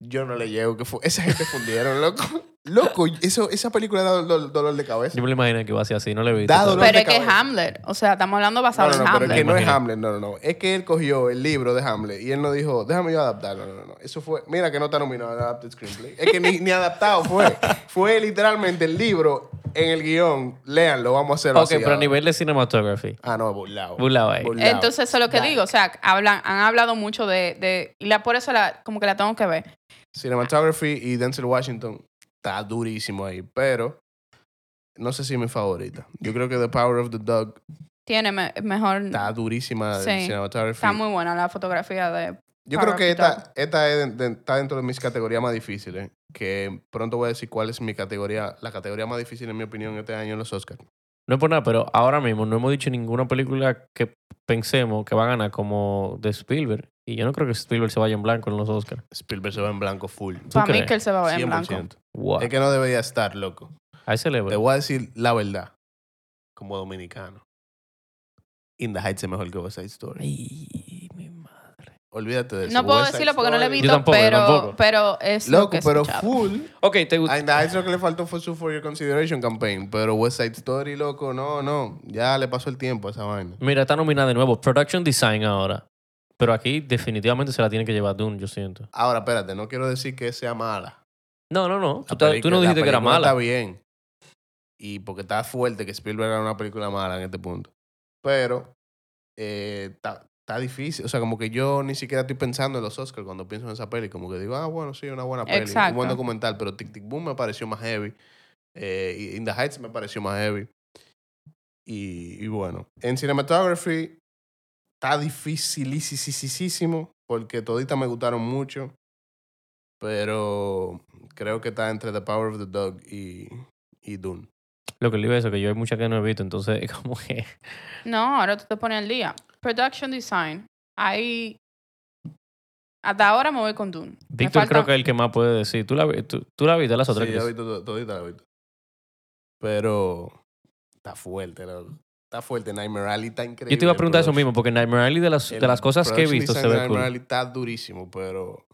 A: Yo no le llego que fue. Esa gente fundieron, loco. Loco, eso, esa película da dolor, dolor de cabeza.
C: Yo me lo imagino que va a ser así, no le he visto.
A: Da
C: todavía.
A: dolor
B: Pero
A: de
B: es que es
A: cabeza.
B: Hamlet. O sea, estamos hablando
A: No,
B: basado
A: no,
B: en
A: no, pero
B: Hamlet.
A: es que no es
C: Imagino.
A: Hamlet, no, no, no. Es que él cogió el libro de Hamlet y él no dijo, déjame yo adaptarlo, no, no, no. Eso fue, mira que no está nominado en Adapted Screenplay. Es que ni, ni adaptado fue. Fue literalmente el libro en el guión. Léanlo, vamos a hacerlo
C: Ok,
A: así
C: pero a
A: ahora.
C: nivel de cinematography.
A: Ah, no, burlado.
C: Burlado ahí.
A: Burlado.
B: Entonces, eso es lo que digo. O sea, hablan, han hablado mucho de... de y la, por eso la, como que la tengo que ver.
A: Cinematography y Denzel Washington está durísimo ahí, pero no sé si es mi favorita. Yo creo que The Power of the Dog
B: Tiene me- mejor...
A: está
B: Está,
A: durísima
B: Mm. Sí.
A: en cinematography.
B: muy buena la fotografía de...
A: Yo creo
B: Power of
A: que
B: the
A: esta, esta es de- de- está dentro de mis categorías más difíciles, que pronto voy a decir cuál es mi categoría, la categoría más difícil en mi opinión este año en los Oscars.
C: No es por nada, pero ahora mismo no hemos dicho ninguna película que pensemos que va a ganar como de Spielberg. Y yo no creo que Spielberg se vaya en blanco en los Oscars.
A: Spielberg se va en blanco full.
B: Para mí
C: crees?
B: que él se va a ver en blanco.
A: 100%.
C: Wow.
A: Es que no debería estar, loco.
C: Ahí se le
A: Te
C: ve.
A: voy a decir la verdad, como dominicano. In the Heights es mejor que West Side Story.
C: Ay, mi madre.
A: Olvídate de eso.
B: No puedo
A: West Side
B: decirlo porque no lo he
A: Story.
B: visto,
C: Yo tampoco, yo
B: pero,
C: tampoco.
B: pero es lo
A: Loco,
B: que he
A: pero
B: escuchado.
A: full.
C: Ok, te gusta.
A: A Ainda eso que le faltó fue su For Your Consideration campaign, pero West Side Story, loco, no, no. Ya le pasó el tiempo a esa vaina.
C: Mira, está nominada de nuevo. Production Design ahora. Pero aquí definitivamente se la tiene que llevar Dune, yo siento.
A: Ahora, espérate, no quiero decir que sea mala.
C: No, no, no. Tú,
A: La
C: ta- tú
A: película-
C: no
A: la
C: dijiste que era
A: película Está
C: mala.
A: bien. Y porque está fuerte que Spielberg era una película mala en este punto. Pero eh, está, está difícil. O sea, como que yo ni siquiera estoy pensando en los Oscars cuando pienso en esa peli. Como que digo, ah, bueno, sí, una buena peli. Un
B: Exacto.
A: buen documental. Pero Tic Tic Boom me pareció más heavy. Eh, y In the Heights me pareció más heavy. Y, y bueno, en cinematography está dificilísimo porque toditas me gustaron mucho. Pero creo que está entre The Power of the Dog y, y Dune.
C: Lo que le digo es eso, que yo hay muchas que no he visto, entonces es como que...
B: No, ahora tú te pones al día. Production Design. Ahí... Hasta ahora me voy con Dune. Me
C: Víctor creo
B: faltan-
C: que es el que más puede decir. ¿Tú la, vi- tú, tú la viste las otras?
A: Sí,
C: Chris?
A: yo he visto to- todita, la he visto. Pero está fuerte, loco. Está fuerte. Nightmare Alley está increíble.
C: Yo te iba a preguntar eso
A: production.
C: mismo, porque Nightmare Alley de las, de
A: El
C: las cosas que he
A: production
C: visto se
A: design de
C: ve
A: Nightmare
C: cool.
A: Alley está durísimo, pero...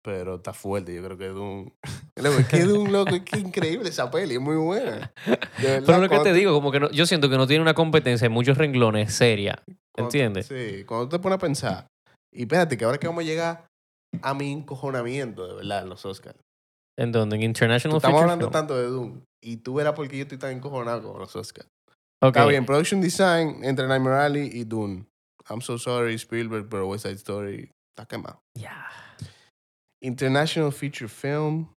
A: Pero está fuerte. Yo creo que Dune... Loco, es que Dune, loco, es que increíble esa peli. Es muy buena. De verdad,
C: Pero lo que
A: cuando
C: te
A: tú-
C: digo, como que no- yo siento que no tiene una competencia en muchos renglones seria.
A: Cuando tú-
C: ¿Entiendes?
A: Sí, cuando tú te pones a pensar, y espérate, que ahora que vamos a llegar a mi encojonamiento, de verdad, en los Oscars.
C: En donde, en
A: Tú
C: International
A: Estamos
C: Feature
A: hablando
C: Film.
A: tanto de Doom, y tú verás por qué yo estoy tan encojonado con los Oscars.
C: Ok.
A: Está bien, Production Design entre Nightmare Alley y Dune. I'm so sorry, Spielberg, pero West Side Story está quemado.
C: Ya.
A: International Feature Film.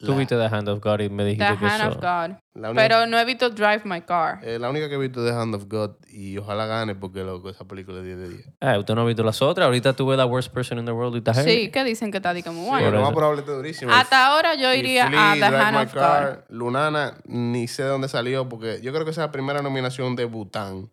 C: Tú viste The Hand of God y me
B: The
C: dijiste que
B: Hand
C: eso.
B: of God.
A: la única,
B: Pero no he visto Drive My Car.
A: eh, la única que he visto es The Hand of God y ojalá gane porque loco, esa película es 10 de 10.
C: Ah, usted no ha visto las otras. Ahorita tuve la worst person in the world y está
B: Sí,
C: heavy.
B: que dicen que está dica muy
A: Pero
B: bueno.
A: lo
C: eso.
A: más probable está este durísimo.
B: Hasta ahora yo
A: Y
B: iría
A: Flea,
B: a The
A: Drive
B: Hand
A: My
B: of God.
A: Car, Lunana, ni sé de dónde salió porque yo creo que esa es la primera nominación de Bután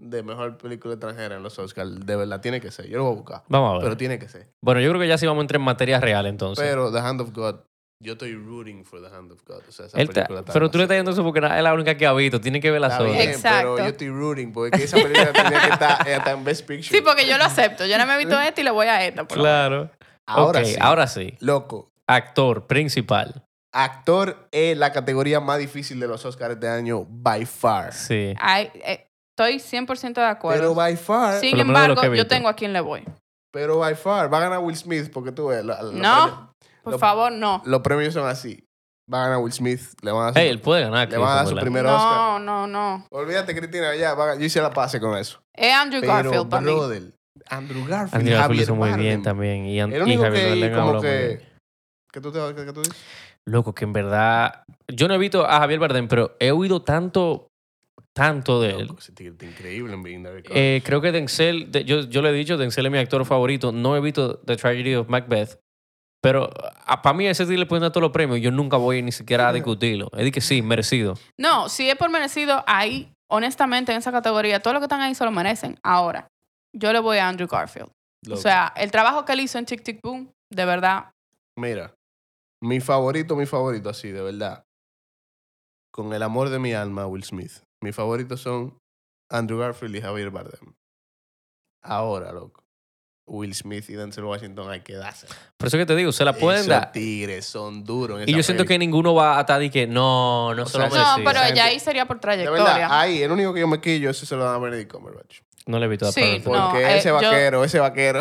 A: de mejor película extranjera en los Oscars. De verdad, tiene que ser. Yo lo voy a buscar.
C: Vamos a ver.
A: Pero tiene que ser.
C: bueno, yo creo que ya sí vamos a entrar en materia real entonces.
A: Pero The Hand of God, yo estoy rooting for The Hand of God. O sea, esa
C: Él está-
A: película está
C: pero tú le estás
A: demasiado-
C: yendo eso porque na- es la única que ha visto. Tiene que ver las
A: Está bien,
C: otras.
B: Exacto.
A: Pero yo estoy rooting porque es que esa película tenía que estar eh, hasta en Best Picture.
B: Sí, porque yo lo acepto. Yo no me he visto esta y le voy a esta. por lo menos.
C: Claro. Ahora sí. ahora sí.
A: Loco,
C: Actor principal.
A: actor es la categoría más difícil de los Oscars de año by far.
C: Sí.
B: Ay, eh, estoy 100% de
A: Pero
B: acuerdo.
A: by far,
B: Sin
C: Por lo menos de lo
B: embargo,
C: que he
B: yo
C: visto.
B: tengo a quien le voy.
A: pero by far. Va a ganar Will Smith porque tú ves. la- la-
B: No. Por
A: Lo-
B: favor, no.
A: Los premios son así. Va a ganar Will Smith, le van a dar su,
C: Ey, él puede ganar.
A: le
C: Chris,
A: van a dar
C: en
A: su
C: verdad.
A: primer Oscar.
B: No, no, no.
A: Olvídate, Cristina, ya, va a- yo hice la pase con eso.
B: Es Andrew
A: Pero,
B: Garfield para mí.
A: brother, Andrew Garfield,
C: Andrea Garfield
A: Javier
C: hizo muy
A: Bardem.
C: bien también. Y, An-
A: El
C: y
A: único
C: Javier
A: que
C: Bardem
A: como
C: habló muy bien.
A: que... ¿Qué tú, te, que tú dices?
C: Loco, que en verdad. Yo no he visto a Javier Bardem, pero he oído tanto, tanto de él.
A: Loco, ese tigre está increíble en Being Derek Carr.
C: Eh, creo que Denzel, de- yo, yo le he dicho, Denzel es mi actor favorito. No he visto The Tragedy of Macbeth. Pero para mí ese tío le pueden dar todos los premios. Yo nunca voy ni siquiera a discutirlo. Es de que sí, merecido.
B: No, si es por merecido, ahí, honestamente, en esa categoría, todos los que están ahí se lo merecen. Ahora, yo le voy a Andrew Garfield.
A: Loco.
B: O sea, el trabajo que él hizo en Chick Chick Boom, de verdad,
A: Mira, mi favorito, mi favorito, así, de verdad. Con el amor de mi alma, Will Smith. Mis favoritos son Andrew Garfield y Javier Bardem. Ahora, loco. Will Smith y Denzel Washington hay que darse.
C: Por eso que te digo, se la Ah, pueden
A: Esos
C: dar.
A: tigres son duros. en
C: Y
A: esa
C: yo siento que
A: peli.
C: ninguno va a estar de que no, no
A: O
C: se
A: sea,
C: lo
A: sí,
B: No,
C: merecía.
A: sí,
B: pero
A: esa
B: ya
A: gente-
B: ahí sería por
A: De verdad,
B: trayectoria.
A: ahí, el único que yo me quillo, ese se lo dan a Benedict Cumberbatch.
C: No le he visto a
B: Sí,
C: Power
A: Porque
C: Forward.
B: No, eh,
A: ese
B: yo-
A: vaquero, ese vaquero,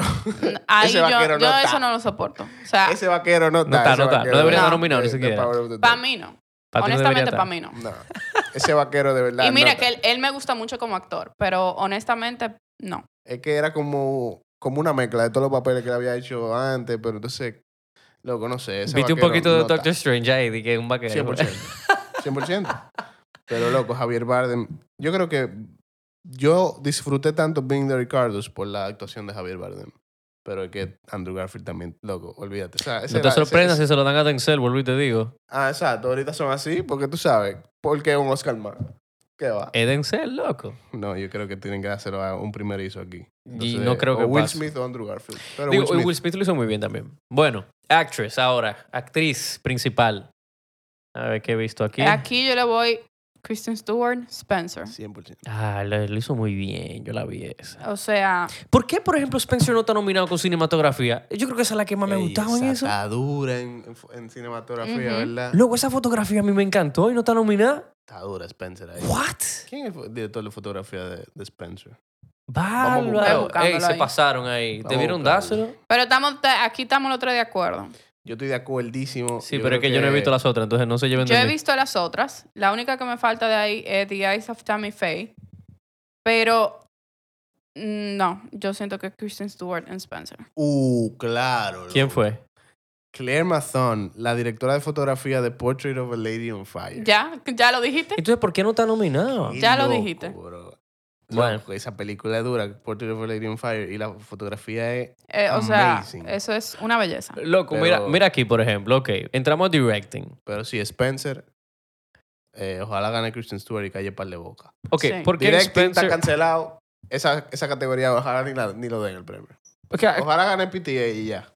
B: Ahí
A: ese
B: yo,
A: vaquero no
B: yo
A: está.
B: eso no lo soporto. O sea,
A: ese vaquero no está.
C: está,
A: ese
C: no está. No
A: vaquero
C: debería
A: de-
B: estar
C: nominado ni
A: de- de
C: siquiera.
A: Power of the
B: para
A: Dog.
B: mí no.
C: Pa' ti no debería
B: honestamente,
C: estar.
B: para mí no.
A: No, ese vaquero de verdad
B: Y mira
A: no
B: que
A: está.
B: él, él me gusta mucho como actor, pero honestamente, no.
A: es que era como, como una mezcla de todos los papeles que le había hecho antes, pero entonces, loco, no sé. ese
C: Viste un
A: vaquero
C: poquito de
A: no está.
C: Doctor Strange ahí, de que un vaquero.
A: 100%. 100%. Pero loco, Javier Bardem. Yo creo que yo disfruté tanto Being the Ricardos por la actuación de Javier Bardem. Pero es que Andrew Garfield también, loco, olvídate. O sea, ese
C: No te
A: era- ese-
C: sorprendas
A: ese-
C: si se lo dan a Denzel, vuelvo y te digo.
A: Ah, exacto. Ahorita son así porque tú sabes. Porque es un Oscar más. ¿Qué va?
C: Es Denzel, loco.
A: No, yo creo que tienen que hacerlo a un primerizo aquí.
C: Y no creo
A: o
C: que
A: Will
C: pase.
A: Smith o Andrew Garfield. Pero
C: Digo,
A: Will Smith.
C: Will Smith lo hizo muy bien también. Bueno, actress ahora, actriz principal. A ver qué he visto aquí.
B: Aquí yo le voy Kristen Stewart, Spencer.
A: 100%.
C: Ah, lo, lo hizo muy bien, yo la vi esa.
B: O sea,
C: ¿Por qué, por ejemplo, Spencer no está nominado con cinematografía? Yo creo que esa es la que más me
A: Ey,
C: gustaba en
A: esa
C: eso.
A: Está dura en, en, en cinematografía,
B: Ujú.
A: ¿verdad?
C: Luego, esa fotografía a mí me encantó y no está nominada.
A: Está dura Spencer ahí.
C: ¿What?
A: ¿Quién es el director de fotografía de, de Spencer?
C: Bárbaro. Eh,
B: buscarlo.
C: Ey, se
B: ahí.
C: pasaron ahí.
A: Vamos
C: ¿Debieron
A: a buscarlo.
C: dárselo?
B: pero estamos, aquí estamos los tres de acuerdo.
A: Yo estoy de acuerdísimo.
C: Sí, pero es que, yo no he visto las otras, entonces no se lleven
B: Yo
C: de
B: he
C: mí.
B: visto las otras. La única que me falta de ahí es The Eyes of Tammy Faye. Pero mm, no, yo siento que Kristen Stewart y Spencer.
A: Uh, claro.
C: ¿Quién
A: loco.
C: fue?
A: Claire Mathon, la directora de fotografía de Portrait of a Lady on Fire.
B: ¿Ya? ¿Ya lo dijiste?
C: Entonces, ¿por qué no está nominado?
A: Qué
B: ya lo
A: loco,
B: dijiste.
A: bro.
C: Bueno.
A: Loco, esa película es dura, Portrait of a Lady on Fire, y la fotografía es...
B: Eh, o sea,
A: Amazing.
B: eso es una belleza.
C: Loco,
A: Pero-
C: mira, mira aquí, por ejemplo. Ok, entramos a directing.
A: Pero sí, Spencer, eh, ojalá gane Kristen Stewart y calle par de boca.
C: Ok,
B: Sí.
C: ¿por qué
A: Directing está
C: Spencer...?
A: cancelado. Esa, esa categoría ojalá ni, la- ni lo den el premio.
C: Ok, a-
A: Ojalá gane PTA y ya.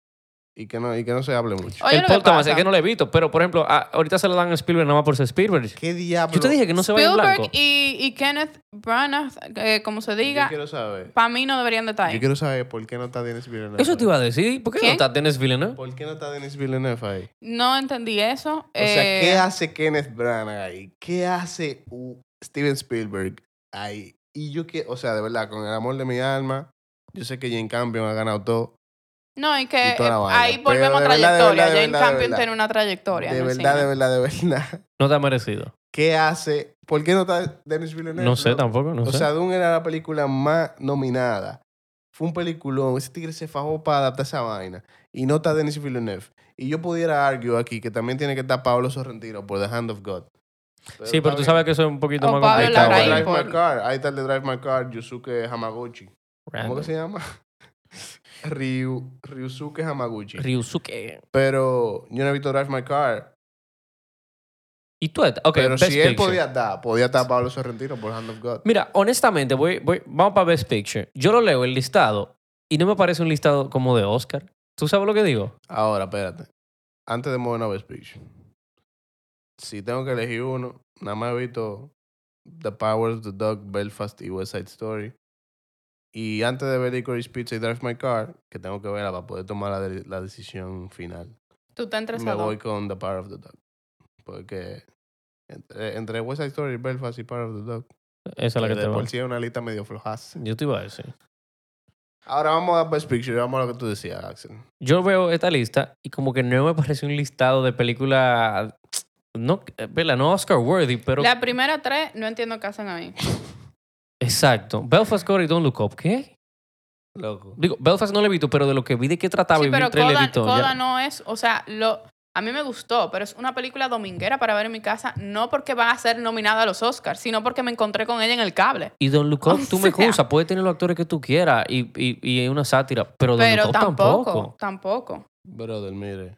A: Y que no, y que no se hable mucho.
B: Oye,
C: el
B: lo que
C: podcast más
B: pasa.
C: es que no lo he visto, pero por ejemplo, a- ahorita se lo dan a Spielberg nada más por ser Spielberg.
A: ¿Qué diablo?
C: Yo te dije que no se vaya en blanco.
B: Spielberg y, y Kenneth Branagh, eh, como se
A: Yo
B: diga,
A: quiero saber.
B: para mí no deberían de estar
A: Yo
B: ahí.
A: quiero saber por qué no está Dennis Villeneuve.
C: Eso te iba a decir. ¿Por qué no
B: ¿Quién?
C: está Dennis Villeneuve?
A: ¿Por qué no está Dennis Villeneuve ahí?
B: No entendí eso.
A: O sea, ¿qué
B: Eh,
A: hace Kenneth Branagh ahí? ¿Qué hace uh, Steven Spielberg ahí? Y yo que, o sea, de verdad, con el amor de mi alma, yo sé que Jane Campion ha ganado todo.
B: No, y que
A: y toda la
B: eh,
A: vaina.
B: ahí
A: Pero
B: volvemos
A: de
B: a
A: verdad, de
B: trayectoria.
A: verdad, de
B: Jane
A: verdad, de
B: Campion
A: verdad.
B: tiene una trayectoria.
A: De
B: en el
A: verdad,
B: cine.
A: de verdad, de verdad.
C: No está merecido.
A: ¿Qué hace? ¿Por qué no está Dennis Villeneuve?
C: No sé
A: loco?
C: tampoco, no
A: O
C: sé.
A: sea, Dune era la película más nominada. Fue un peliculón. Ese tigre se fajó para adaptar esa vaina. Y no está Denis Villeneuve. Y yo pudiera argue aquí que también tiene que estar Pablo Sorrentino por The Hand of God.
C: Sí, pero tú
A: está bien.
C: sabes que eso es un poquito
B: O
C: más
B: Pablo
A: Ahí está el de
B: Larraín
A: Drive
C: complicado.
B: por-
A: My Car. Ahí está el de Drive My Car, Yusuke Hamaguchi. ¿Cómo que se llama? Ryu, Ryusuke Hamaguchi.
C: Ryusuke.
A: Pero yo no he visto Drive My Car.
C: Y tú, ok,
A: pero
C: Best
A: si él
C: Picture.
A: podía estar, podía estar Pablo Sorrentino por Hand of God.
C: Mira, honestamente, voy, voy- vamos para Best Picture. Yo lo leo, el listado, y no me parece un listado como de Oscar. ¿Tú sabes lo que digo?
A: Ahora, espérate. Antes de mover a Best Picture. Si tengo que elegir uno, nada más he visto The Power of the Dog, Belfast y West Side Story. Y antes de ver Licorice Pizza y Drive My Car, que tengo que verla para poder tomar la, de- la decisión final,
B: Tú estás
A: me
B: interesado.
A: voy con The Power of the Dog. Porque entre, entre West Side Story, Belfast y Power of the Dog,
C: Esa es la
A: que
C: que te
A: de
C: va.
A: por sí es una lista medio flojaza.
C: Yo te iba a decir.
A: Ahora vamos a Best Picture, vamos a lo que tú decías, Axel.
C: Yo veo esta lista y como que no me parece un listado de película... No, eh, vela, no Oscar worthy, pero...
B: La primera tres no entiendo qué hacen ahí.
C: Exacto. Belfast Code y Don't Look Up. ¿Qué?
A: Loco.
C: Digo, Belfast no le he visto, pero de lo que vi de qué trataba
B: Sí,
C: y vi
B: pero
C: el trailer
B: Coda,
C: y todo, ya.
B: Coda no es, o sea, lo, a mí me gustó, pero es una película dominguera para ver en mi casa, no porque va a ser nominada a los Oscars, sino porque me encontré con ella en el cable.
C: Y Don Look
B: O
C: Up, tú me
B: sea.
C: excusas, puedes tener los actores que tú quieras y, y, y es una sátira, pero, Don Look
B: Pero
C: Up
B: tampoco,
C: tampoco.
B: tampoco.
A: Brother, mire.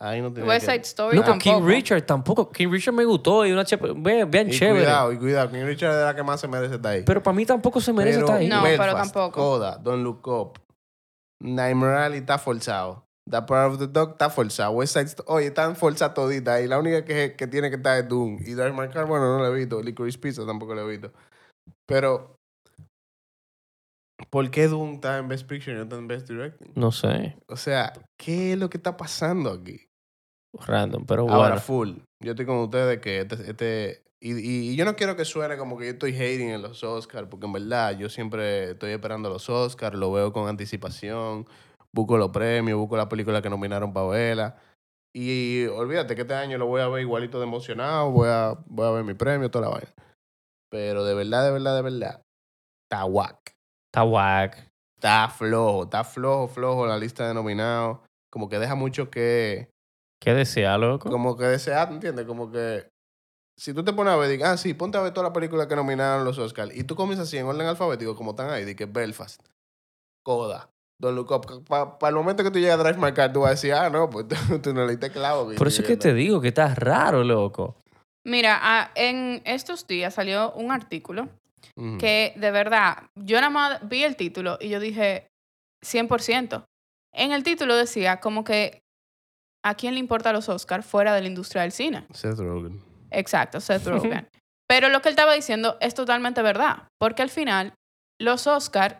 A: Ahí no tenía
B: West
A: que-
B: Side Story
C: No,
B: tampoco.
C: King Richard tampoco. King Richard me gustó y una chepa- ve- vean
A: Y
C: chévere.
A: cuidado, y cuidado. King Richard es la que más se merece estar ahí.
C: Pero para mí tampoco se merece
A: Pero
C: estar ahí.
B: No, pero
A: Belfast,
B: tampoco.
A: Coda, Don't Look Up. Nightmare Alley está forzado. The Power of the Dog está forzado. West Side Sto- Oye, están forzadas toditas. Y la única que, que tiene que estar es Doom. Y Dark My Car, bueno, no la he visto. Licorice Pizza tampoco la he visto. Pero... ¿Por qué Doom está en Best Picture y no está en Best Directing?
C: No sé,
A: O sea, ¿qué es lo que está pasando aquí?
C: random, pero bueno.
A: Ahora, full. Yo estoy con ustedes que este... este- y, y- y yo no quiero que suene como que yo estoy hating en los Oscars, porque en verdad yo siempre estoy esperando los Oscars, lo veo con anticipación, busco los premios, busco las películas que nominaron para verla. Y olvídate que este año lo voy a ver igualito de emocionado, voy a, voy a ver mi premio, toda la vaina. Pero de verdad, de verdad, de verdad, está guac.
C: Está guac.
A: Está flojo, está flojo, flojo la lista de nominados. Como que deja mucho que,
C: ¿Qué decía, loco?
A: como que desear, ¿entiendes? Como que si tú te pones a ver, diga, ah, sí, ponte a ver todas las películas que nominaron los Oscars y tú comienzas así en orden alfabético, como están ahí, de que Belfast, Coda, Don Look Para el momento que tú llegas a Drive My Car, tú vas a decir, ah, no, pues tú, tú no leíste clavo.
C: Por eso es que te digo que estás raro, loco.
B: Mira, ah, en estos días salió un artículo
A: Ujú.
B: que de verdad, yo nada más vi el título y yo dije 100%. En el título decía como que a quién le importa los Oscars fuera de la industria del cine.
A: Seth Rogen.
B: Exacto, Seth Rogen. Pero lo que él estaba diciendo es totalmente verdad, porque al final los Oscars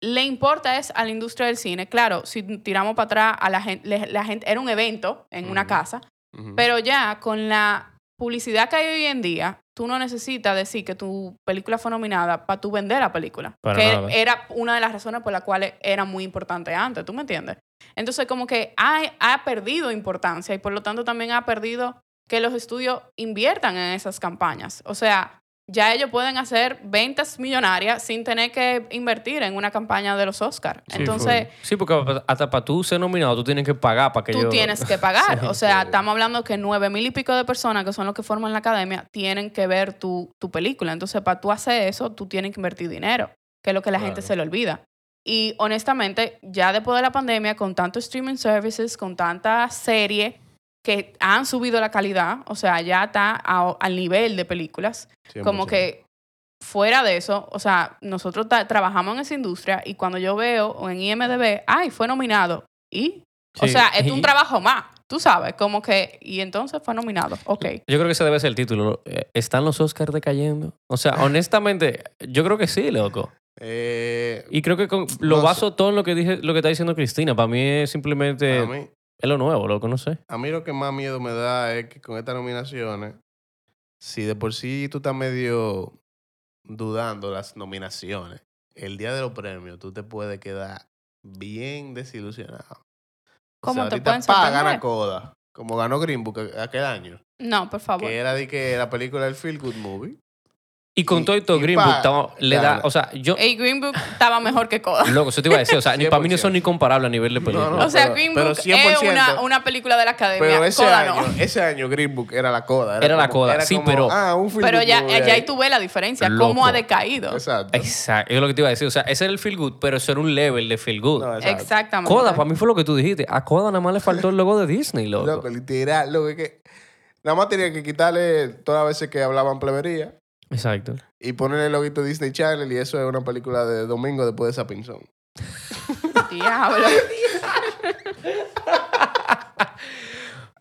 B: le importa es a la industria del cine. Claro, si tiramos para atrás a la gente, le- la gente era un evento en una
A: Ujú.
B: casa,
A: Ujú.
B: pero ya con la publicidad que hay hoy en día, tú no necesitas decir que tu película fue nominada para tú vender la película.
C: Para
B: que
C: nada.
B: era una de las razones por las cuales era muy importante antes, ¿tú me entiendes? Entonces, como que ha, ha perdido importancia y por lo tanto también ha perdido que los estudios inviertan en esas campañas. O sea, ya ellos pueden hacer ventas millonarias sin tener que invertir en una campaña de los Oscars.
A: Sí,
B: Entonces,
C: Sí, porque hasta para tú ser nominado, tú tienes que pagar para que
B: tú
C: yo...
B: tienes que pagar.
C: Sí,
B: o sea,
A: sí.
B: estamos hablando que nueve mil y pico de personas que son los que forman la academia tienen que ver tu, tu película. Entonces, para tú hacer eso, tú tienes que invertir dinero, que es lo que la gente
A: Claro.
B: se le olvida. Y honestamente, ya después de la pandemia, con tantos streaming services, con tanta serie que han subido la calidad, o sea, ya está a- al nivel de películas, como
A: 100%.
B: que fuera de eso, o sea, nosotros ta- trabajamos en esa industria y cuando yo veo en IMDB, ay, fue nominado. ¿Y? O
C: Sí.
B: sea, es un
C: Y-
B: trabajo más, tú sabes, como que, y entonces fue nominado, ok.
C: Yo creo que ese debe ser el título. Eh, ¿Están los Oscars decayendo? O sea, honestamente, yo creo que sí, loco.
A: Eh,
C: Y creo que con- lo
A: No sé.
C: baso todo en lo que, dije, lo que está diciendo Cristina. Para mí es simplemente...
A: a, mí,
C: Es lo nuevo, loco, no sé.
A: a mí lo que más miedo me da es que con estas nominaciones, si de por sí tú estás medio dudando las nominaciones, el día de los premios tú te puedes quedar bien desilusionado.
B: ¿Cómo te
A: ahorita,
B: pueden
A: pa,
B: sorprender?
A: gana Coda, como ganó Green Book aqu- aquel año,
B: No, por favor.
A: que era de que la película del Feel Good Movie.
C: Y con
A: Y-
C: todo esto,
A: y
C: Green
A: pa-
C: Book estaba- le da.
A: gana.
C: O sea, yo.
B: Ey, Green Book estaba mejor que Coda.
C: Loco, eso te iba a decir. O sea, ni para mí no
A: 100%.
C: son ni comparables a nivel de película.
A: No,
B: o sea,
A: pero-
B: Green
A: pero
B: Book es
A: 100%.
B: una, una película de la academia.
A: Pero ese
B: Coda
A: año,
B: no.
A: ese año Green Book era la coda.
C: Era la coda, sí, pero-
A: Ah, un film
B: Pero
A: good
B: ya,
A: movie
B: ya ahí
A: ahí.
B: tú ves la diferencia,
C: Loco.
B: cómo ha decaído.
A: Exacto.
C: Exacto, es lo que te iba a decir. O sea, ese era el feel good, pero eso era un level de feel good.
A: No, exacto.
B: Exactamente.
C: Coda, para mí fue lo que tú dijiste. A Coda nada más le faltó el logo de Disney, loco.
A: Loco, literal, loco, es que nada más tenía que quitarle todas las veces que hablaban plebería
C: Exacto.
A: y ponerle el loguito Disney Channel y eso es una película de domingo después de Sapinzón.
B: Diablo.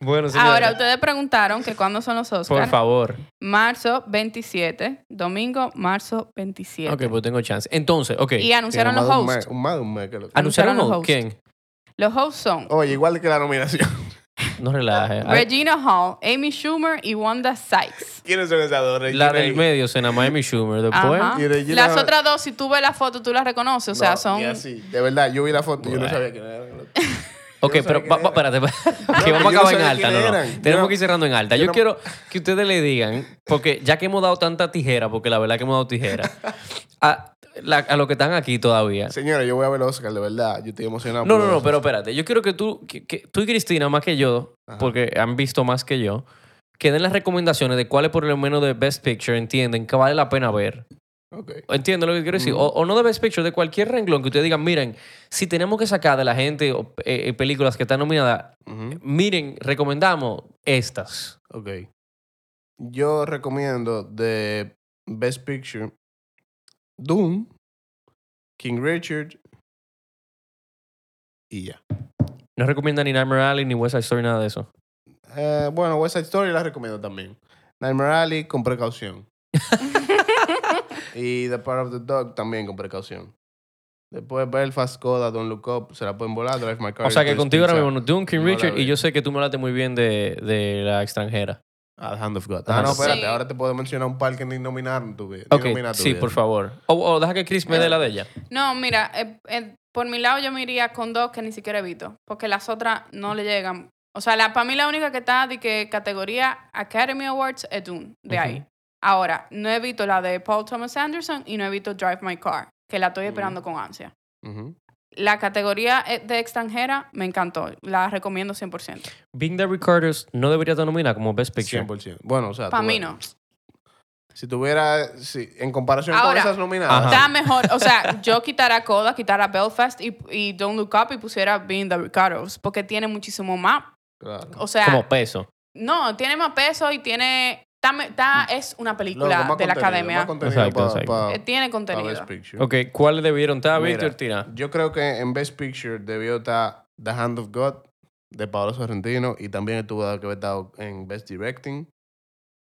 C: Bueno, señores,
B: Ahora, ustedes preguntaron que cuándo son los Oscars.
C: por favor.
B: Marzo 27. Domingo, marzo 27.
C: Ok, pues tengo chance. Entonces, ok.
B: Y anunciaron
A: Tiene
B: los
A: más de un
B: hosts.
A: mes- un- Más de un mes que lo
C: ¿Anunciaron
B: anunciaron los
C: los
B: hosts.
C: quién?
B: Los hosts son
A: Oye, igual que la nominación.
C: No relaje. Ay,
B: Regina Hall, Amy Schumer y Wanda Sykes.
A: ¿Quiénes son esas dos?
C: La
A: Regina
C: del
A: y-
C: medio, se llama Amy Schumer. Después,
B: Ajá.
A: Y Regina-
B: Las otras dos, si tú ves la foto, tú las reconoces. O sea,
A: No,
B: son.
A: ni así. De verdad, yo vi la foto y yo no
C: Bueno.
A: sabía quién era. loco.
C: Ok,
A: Yo no
C: pero
A: sabía
C: va-
A: quién
C: va- espérate, que
A: yo
C: vamos
A: no
C: a acabar en
A: sabía
C: alta. No,
A: quién
C: no.
A: eran.
C: Tenemos
A: Yo no-
C: que ir cerrando en alta. Yo,
A: yo no-
C: quiero que ustedes le digan, porque ya que hemos dado tanta tijera, porque la verdad que hemos dado tijera, a, la- a los que están aquí todavía.
A: Señora, yo voy a ver los Oscar, de verdad. Yo estoy emocionado.
C: No,
A: por
C: no,
A: los
C: no,
A: Oscar.
C: pero espérate. Yo quiero que tú, que, que tú y Cristina, más que yo,
A: Ajá.
C: porque han visto más que yo, que den las recomendaciones de cuáles por lo menos de Best Picture entienden que vale la pena ver.
A: Ok.
C: Entiendo lo que quiero decir.
A: Mm.
C: O, o no de Best Picture, de cualquier renglón que ustedes digan, miren, si tenemos que sacar de la gente o, eh, eh, películas que están nominadas,
A: Ujú.
C: miren, recomendamos estas.
A: Ok. Yo recomiendo de Best Picture Doom, King Richard y ya.
C: No recomienda ni Nightmare Alley ni West Side Story, nada de eso.
A: Eh, bueno, West Side Story la recomiendo también. Nightmare Alley con precaución. y The Part of the Dog también con precaución. Después Belfast, Coda, Don't Look Up, se la pueden volar, Drive My Car.
C: o sea que
A: Licorice
C: contigo ahora
A: Pizza,
C: mismo, Duncan
A: No la
C: Richard, y
A: vi.
C: yo sé que tú me hablaste muy bien de, de la extranjera.
A: Ah, The Hand of God.
C: Ajá.
A: Ah, no, espérate,
B: Sí.
A: ahora te puedo mencionar un par que ni nominaron tu vida.
C: Ok, sí, por favor. O o deja que Chris me dé la de ella.
B: No, mira, eh, eh, por mi lado yo me iría con dos que ni siquiera evito, porque las otras no le llegan. O sea, la, para mí la única que está de que categoría Academy Awards es Dune, de
C: Ujú.
B: ahí. Ahora, no evito la de Paul Thomas Anderson y no evito Drive My Car, que la estoy
A: Ujú.
B: esperando con ansia.
A: Ujú.
B: La categoría eh, de extranjera me encantó, la recomiendo 100%.
C: Being the Recorders no debería estar nominada como Best Picture.
A: 100%. Bueno, o sea,
B: Para
A: tú
B: mí
A: ves.
B: no.
A: Si tuviera, si, en comparación
B: Ahora.
A: con esas nominadas,
C: Ajá.
B: Está mejor, o sea, yo quitara Coda, quitara Belfast y, y Don't Look Up y pusiera Being the Ricardos, porque tiene muchísimo más.
A: claro.
B: O sea,
C: Como peso.
B: No, tiene más peso y tiene. Está, me- está- es una
A: Loco,
B: película
A: Mm. más
B: de la
A: contenido,
B: academia.
A: más contenido
C: Exacto,
A: pa-
C: exacto.
A: pa-
B: Eh, tiene
A: pa
B: contenido.
A: Best Picture.
C: Ok, ¿cuáles debieron estar,
A: Mira,
C: Víctor? Tira.
A: Yo creo que en Best Picture debió estar The Hand of God de Paolo Sorrentino y también estuvo que haber estado en Best Directing.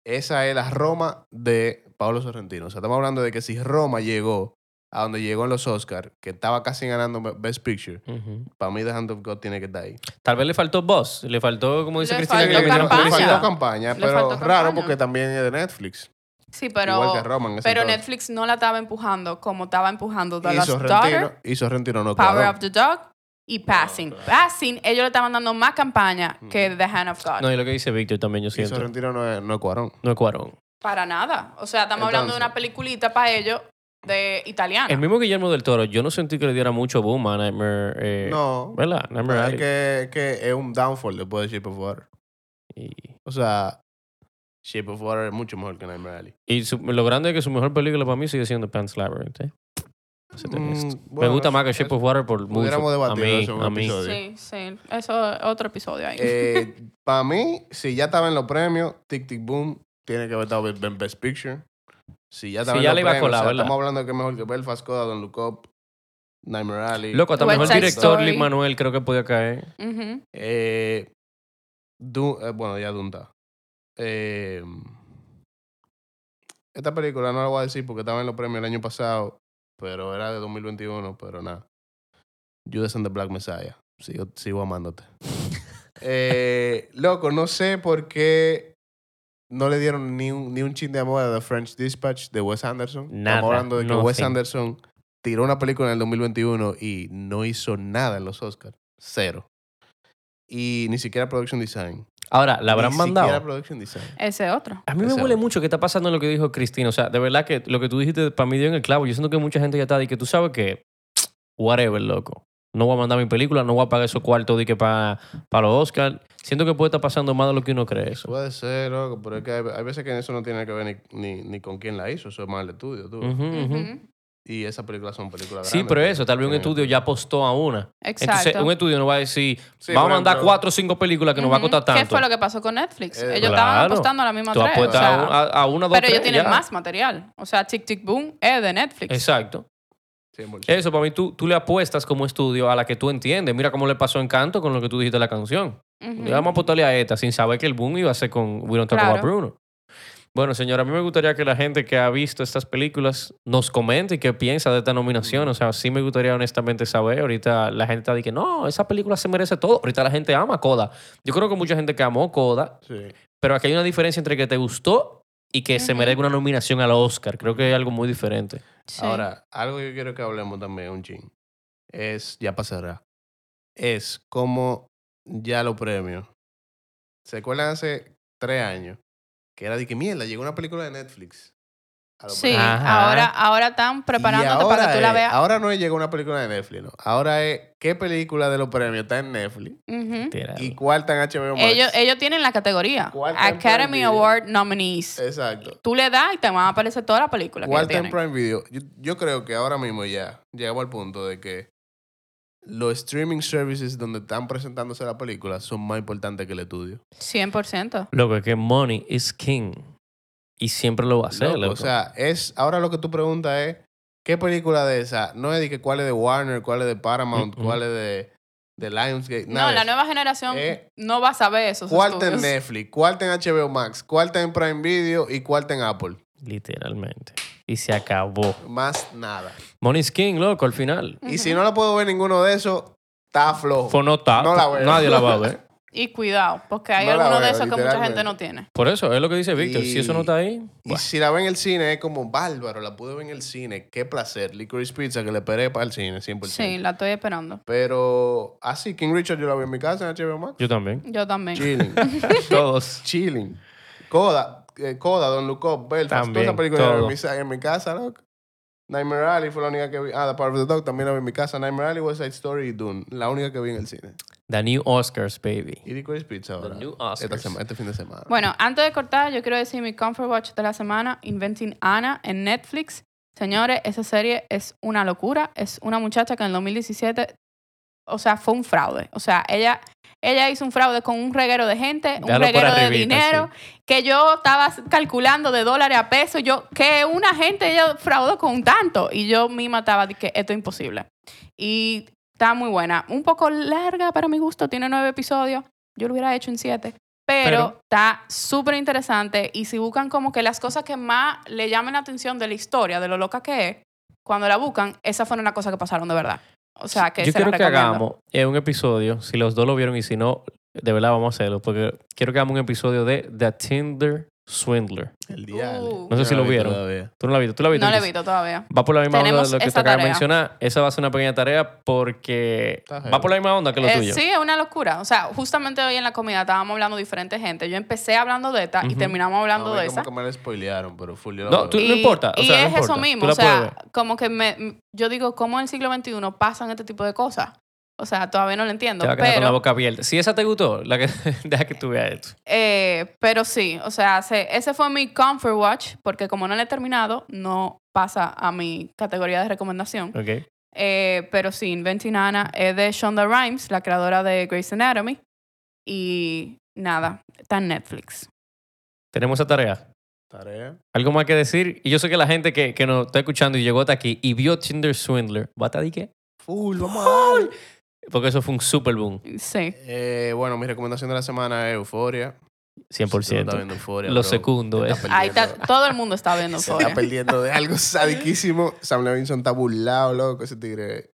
A: Esa es la Roma de Paolo Sorrentino. O sea, estamos hablando de que si Roma llegó a donde llegó en los Oscars, que estaba casi ganando Best Picture,
C: Ujú.
A: para mí The Hand of God tiene que estar ahí.
C: Tal vez le faltó voz, le faltó, como dice
B: Le
C: Cristina, que le
B: faltó
C: metieron
B: campaña.
A: Le faltó
C: publicidad.
A: campaña,
B: Le
A: pero
B: faltó
A: raro
B: campaña.
A: porque también es de Netflix.
B: Sí, pero.
A: igual que Roma en ese
B: pero
A: entonces.
B: Netflix no la estaba empujando como estaba empujando The
A: Y
B: Last
A: Sorrentino, Ah,
B: Daughter,
A: y Sorrentino no
B: Power
A: quedó.
B: of the Dog y Passing. Passing, ellos le estaban dando más campaña
A: Mm.
B: que The Hand of God.
C: No, y lo que dice Víctor también, yo
A: Y
C: siento.
A: Sorrentino no es, no es Cuarón.
C: No es Cuarón.
B: Para nada. O sea, estamos hablando de
A: Entonces.
B: una peliculita para ellos de italiana.
C: El mismo Guillermo del Toro, yo no sentí que le diera mucho boom a Nightmare. eh,
A: No.
C: ¿Verdad? Nightmare
A: Pero
C: Alley.
A: es que, que es un downfall después de Shape of Water.
C: Y,
A: O sea, Shape of Water es mucho mejor que Nightmare Alley.
C: y su- lo grande es que su mejor película para mí sigue siendo Pan's Labyrinth. ¿eh? Siéndote
A: Mm,
C: honesto. Me
A: bueno,
C: gusta más
A: eso-
C: que Shape of Water por mucho.
A: pudiéramos
C: A
A: debatirlo
C: mí,
A: eso en un
C: a mí.
A: episodio. Eh,
B: sí, sí. Eso es otro episodio ahí.
A: Para mí, si ya estaba en los premios, Tic Tic Boom tiene que haber estado en Best Picture. Si ya estaba
C: Sí,
A: en
C: ya
A: los
C: le iba a
A: premios,
C: colar,
A: o sea,
C: ¿verdad?
A: estamos hablando de que es mejor que Belfast, Coda, Don Look Up, Nightmare Alley.
C: Loco, hasta
B: West
C: mejor
B: Side
C: director
B: Story.
C: Lee Manuel creo que podía caer.
B: Ujú.
A: Eh, Du- eh, bueno, ya Dunta. Eh, esta película no la voy a decir porque estaba en los premios el año pasado, pero era de 2021, pero nada. Judas and the Black Messiah. Sigo, sigo amándote. Eh, loco, no sé por qué no le dieron ni un, ni un chin de amor a The French Dispatch de Wes Anderson.
C: Nada,
A: Estamos hablando de que Wes
C: nothing.
A: Anderson tiró una película en el 2021 y no hizo nada en los Oscars. Cero. Y ni siquiera Production Design.
C: Ahora, la habrán
A: Ni
C: mandado.
A: siquiera production design.
B: Ese otro.
C: A mí me
A: Ese
C: huele
A: otro.
C: mucho que está pasando lo que dijo Cristina. O sea, de verdad que lo que tú dijiste para mí dio en el clavo. Yo siento que mucha gente ya está de que tú sabes que, whatever, loco. No voy a mandar mi película, no voy a pagar esos cuartos de que para los Oscar. Siento que puede estar pasando más de lo que uno cree eso.
A: Puede ser, loco, pero es que hay, hay veces que eso no tiene que ver ni, ni, ni con quién la hizo, eso es más el estudio, tú.
C: Ujú, ujú.
B: Ujú.
A: Y esas películas son películas
C: Sí,
A: grandes,
C: pero
A: que-
C: eso, tal vez un
A: que-
C: estudio ya apostó a una.
B: Exacto.
C: Entonces, un estudio no va a decir,
A: Sí,
C: vamos
A: por
C: a mandar
A: ejemplo-
C: cuatro o cinco películas que nos va a
B: Ujú.
C: costar tanto.
B: ¿Qué fue lo que pasó con Netflix?
A: Eh,
B: Ellos estaban
C: claro.
B: apostando a la misma
C: Tú
B: tres. o
C: apuestas
B: sea,
C: a, un- a- a una, dos,
B: pero ellos
C: tres,
B: tienen
C: ya.
B: más material. O sea, Tic Tic Boom es de Netflix.
C: Exacto.
A: 100%.
C: Eso, para mí, tú, tú le apuestas como estudio a la que tú entiendes. Mira cómo le pasó Encanto con lo que tú dijiste de la canción.
B: Ujú.
C: Le vamos a apostarle a esta sin saber que el boom iba a ser con We Don't Talk About
B: Claro.
C: Bruno. Bueno, señora, a mí me gustaría que la gente que ha visto estas películas nos comente qué piensa de esta nominación. O sea, sí me gustaría honestamente saber. Ahorita la gente está de que no, esa película se merece todo. Ahorita la gente ama Coda. Yo creo que mucha gente que amó Coda,
A: Sí.
C: pero aquí hay una diferencia entre que te gustó y que se
B: Ujú.
C: merezca una nominación al Oscar. Creo que es algo muy diferente.
B: Sí.
A: Ahora, algo que quiero que hablemos también un ching es, ya pasará, es como ya los premios. ¿Se acuerdan hace tres años? Que era de que mierda, llegó una película de Netflix. a los
B: Sí,
A: premios.
C: Ajá.
B: ahora, ahora están
A: Y
B: preparándote
A: ahora
B: para que tú la
A: es-
B: veas.
A: Ahora no es llegó una película de Netflix, no. Ahora es qué película de los premios está en Netflix
B: Ujú.
A: y cuál está en HBO Max.
B: Ellos, ellos tienen la categoría.
A: ¿Cuál está en
B: Academy
A: Prime Video?
B: Award nominees.
A: Exacto.
B: Tú le das y te van a aparecer toda la película que
A: ¿Cuál
B: ellos
A: está en
B: tienen.
A: Prime Video? Yo, yo creo que ahora mismo ya llegamos al punto de que los streaming services donde están presentándose la película son más importantes que el estudio.
B: 100%.
C: Loco, es que money is king. Y siempre lo va a hacer,
A: Loco,
C: loco.
A: O sea, es ahora lo que tú preguntas es ¿qué película de esa? No es de que cuál es de Warner, cuál es de Paramount,
C: Mm, mm.
A: cuál es de, de Lionsgate.
B: No,
A: nada de
B: la
A: eso.
B: nueva generación
A: Eh,
B: no va a saber eso.
A: ¿Cuál está en Netflix? ¿Cuál está en HBO Max? ¿Cuál está en Prime Video? ¿Y cuál está en Apple?
C: Literalmente. Y se acabó.
A: Más nada.
C: Money is king, loco, al final.
A: Y si no la puedo ver ninguno de esos, está flojo.
C: Fue nota.
A: No la veo.
C: Nadie la va a ver.
B: Y cuidado, porque hay
A: No la
B: algunos de
A: veo,
B: esos que mucha gente
A: literalmente.
B: no tiene.
C: Por eso, es lo que dice Víctor. Si eso no está ahí,
A: Y
C: bueno.
A: si la ve en el cine, es como bárbaro, la pude ver en el cine, qué placer. Licorice Pizza, que le esperé para el cine, 100%.
B: Sí, la estoy esperando.
A: Pero así, King Richard yo la vi en mi casa en HBO Max.
C: yo también.
B: Yo también.
A: Chilling,
C: Todos.
A: chilling. Coda, eh, Coda, Don Luco, Belfast,
C: También,
A: toda esa película yo la vi en
C: todo.
A: mi, sa- en mi casa, loco. Nightmare Alley fue la única que vi. Ah, The Power of the Dog también la vi en mi casa. Nightmare Alley, West Side Story y Dune. La única que vi en el cine.
C: The new Oscars, baby.
A: Y Licorice Pizza ahora.
C: new
A: Esta
C: Oscars.
A: sema- este fin de semana.
B: Bueno, antes de cortar, yo quiero decir mi comfort watch de la semana, Inventing Anna en Netflix. Señores, esa serie es una locura. Es una muchacha que en el 2017, o sea, fue un fraude. O sea, ella, ella hizo un fraude con un reguero de gente, un
C: Dalo por
B: reguero de
C: arribita,
B: dinero, que yo estaba calculando de dólares a pesos. Yo, que una gente ella fraudó con tanto. Y yo misma estaba de que esto es imposible. Y está muy buena. Un poco larga para mi gusto, tiene nueve episodios. Yo lo hubiera hecho en siete. Pero,
C: Pero-
B: está súper interesante. Y si buscan como que las cosas que más le llamen la atención de la historia, de lo loca que es, cuando la buscan, esas fueron las cosas que pasaron de verdad. O sea, que
C: yo
B: se las
C: quiero que
B: recomiendo.
C: hagamos eh, un episodio, si los dos lo vieron y si no, de verdad vamos a hacerlo, porque quiero que hagamos un episodio de The Tinder Swindler.
A: el diablo.
B: Uh.
C: No sé si
A: la
C: lo
A: vi
C: vieron.
A: todavía.
C: Tú no la viste, tú la viste.
B: No la he
C: Liz?
B: visto todavía.
C: Va por la misma onda
B: Tenemos
C: de lo que te
B: esa
C: acabas de
B: tarea.
C: mencionar. Esa va a ser una pequeña tarea porque
A: Está heavy.
C: va por la misma onda que lo
B: Eh,
C: tuyo.
B: sí, es una locura. O sea, justamente hoy en la comida estábamos hablando de diferentes gente. Yo empecé hablando de esta y
C: Ujú.
B: terminamos hablando
A: A mí
B: de
A: como
B: esa.
A: que me la spoilearon, pero full yo la voy
C: No,
A: a
C: tú-
A: ver.
C: no importa, o
B: y
C: sea, no
B: es
C: importa.
B: eso
C: Tú
B: mismo.
C: la
B: O sea,
C: puedes
B: como que me, yo digo, ¿cómo en el siglo XXI pasan este tipo de cosas? O sea, todavía no lo entiendo.
C: Te va a quedar con la
B: Pero,
C: boca abierta. Si esa te gustó, la que, deja que tú veas esto.
B: eh, pero sí, o sea, se- ese fue mi comfort watch, porque como no lo he terminado, no pasa a mi categoría de recomendación.
C: Ok.
B: Eh, pero sí, Inventing Anna es de Shonda Rhimes, la creadora de Grey's Anatomy. Y nada, está en Netflix.
C: Tenemos esa tarea.
A: Tarea.
C: ¿Algo más que decir? Y yo sé que la gente que, que nos está escuchando y llegó hasta aquí y vio Tinder Swindler, ¿va a estar de qué?
A: Full, vamos a darle.
C: Porque eso fue un super boom,
B: Sí.
A: Eh, bueno, mi recomendación de la semana es Euforia. Si tú no estás
C: 100%.
A: viendo Euphoria,
C: Lo
A: bro,
C: segundo
A: te
C: es.
A: estás
B: Ahí está,
A: perdiendo-
B: todo el mundo está viendo
A: te estás
B: Euphoria.
A: perdiendo de algo sadiquísimo. Sam Levinson está burlado, loco. Ese tigre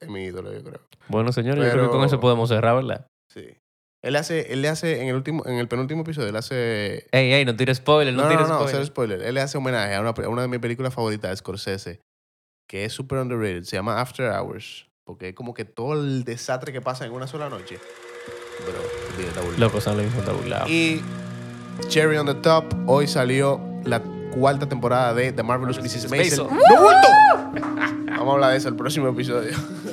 A: es mi ídolo, yo creo.
C: Bueno, señores, yo creo
A: Pero-
C: que con eso podemos cerrar, ¿verdad?
A: Sí. Él hace, él le hace en el último, en el penúltimo episodio, él hace.
C: Ey, ey, no tires spoiler, no,
A: No, no,
C: tires
A: no, no,
C: spoiler.
A: cero spoiler. Él le hace homenaje a una, a una de mis películas favoritas de Scorsese, que es super underrated. Se llama After Hours. Porque es como que todo el desastre que pasa en una sola noche. pero también está burlado.
C: Loco, Sam Levinson está burlado.
A: Y Cherry on the Top, hoy salió la cuarta temporada de The Marvelous Mrs. Maisel. ¡No bulto! Vamos a hablar de eso el próximo episodio.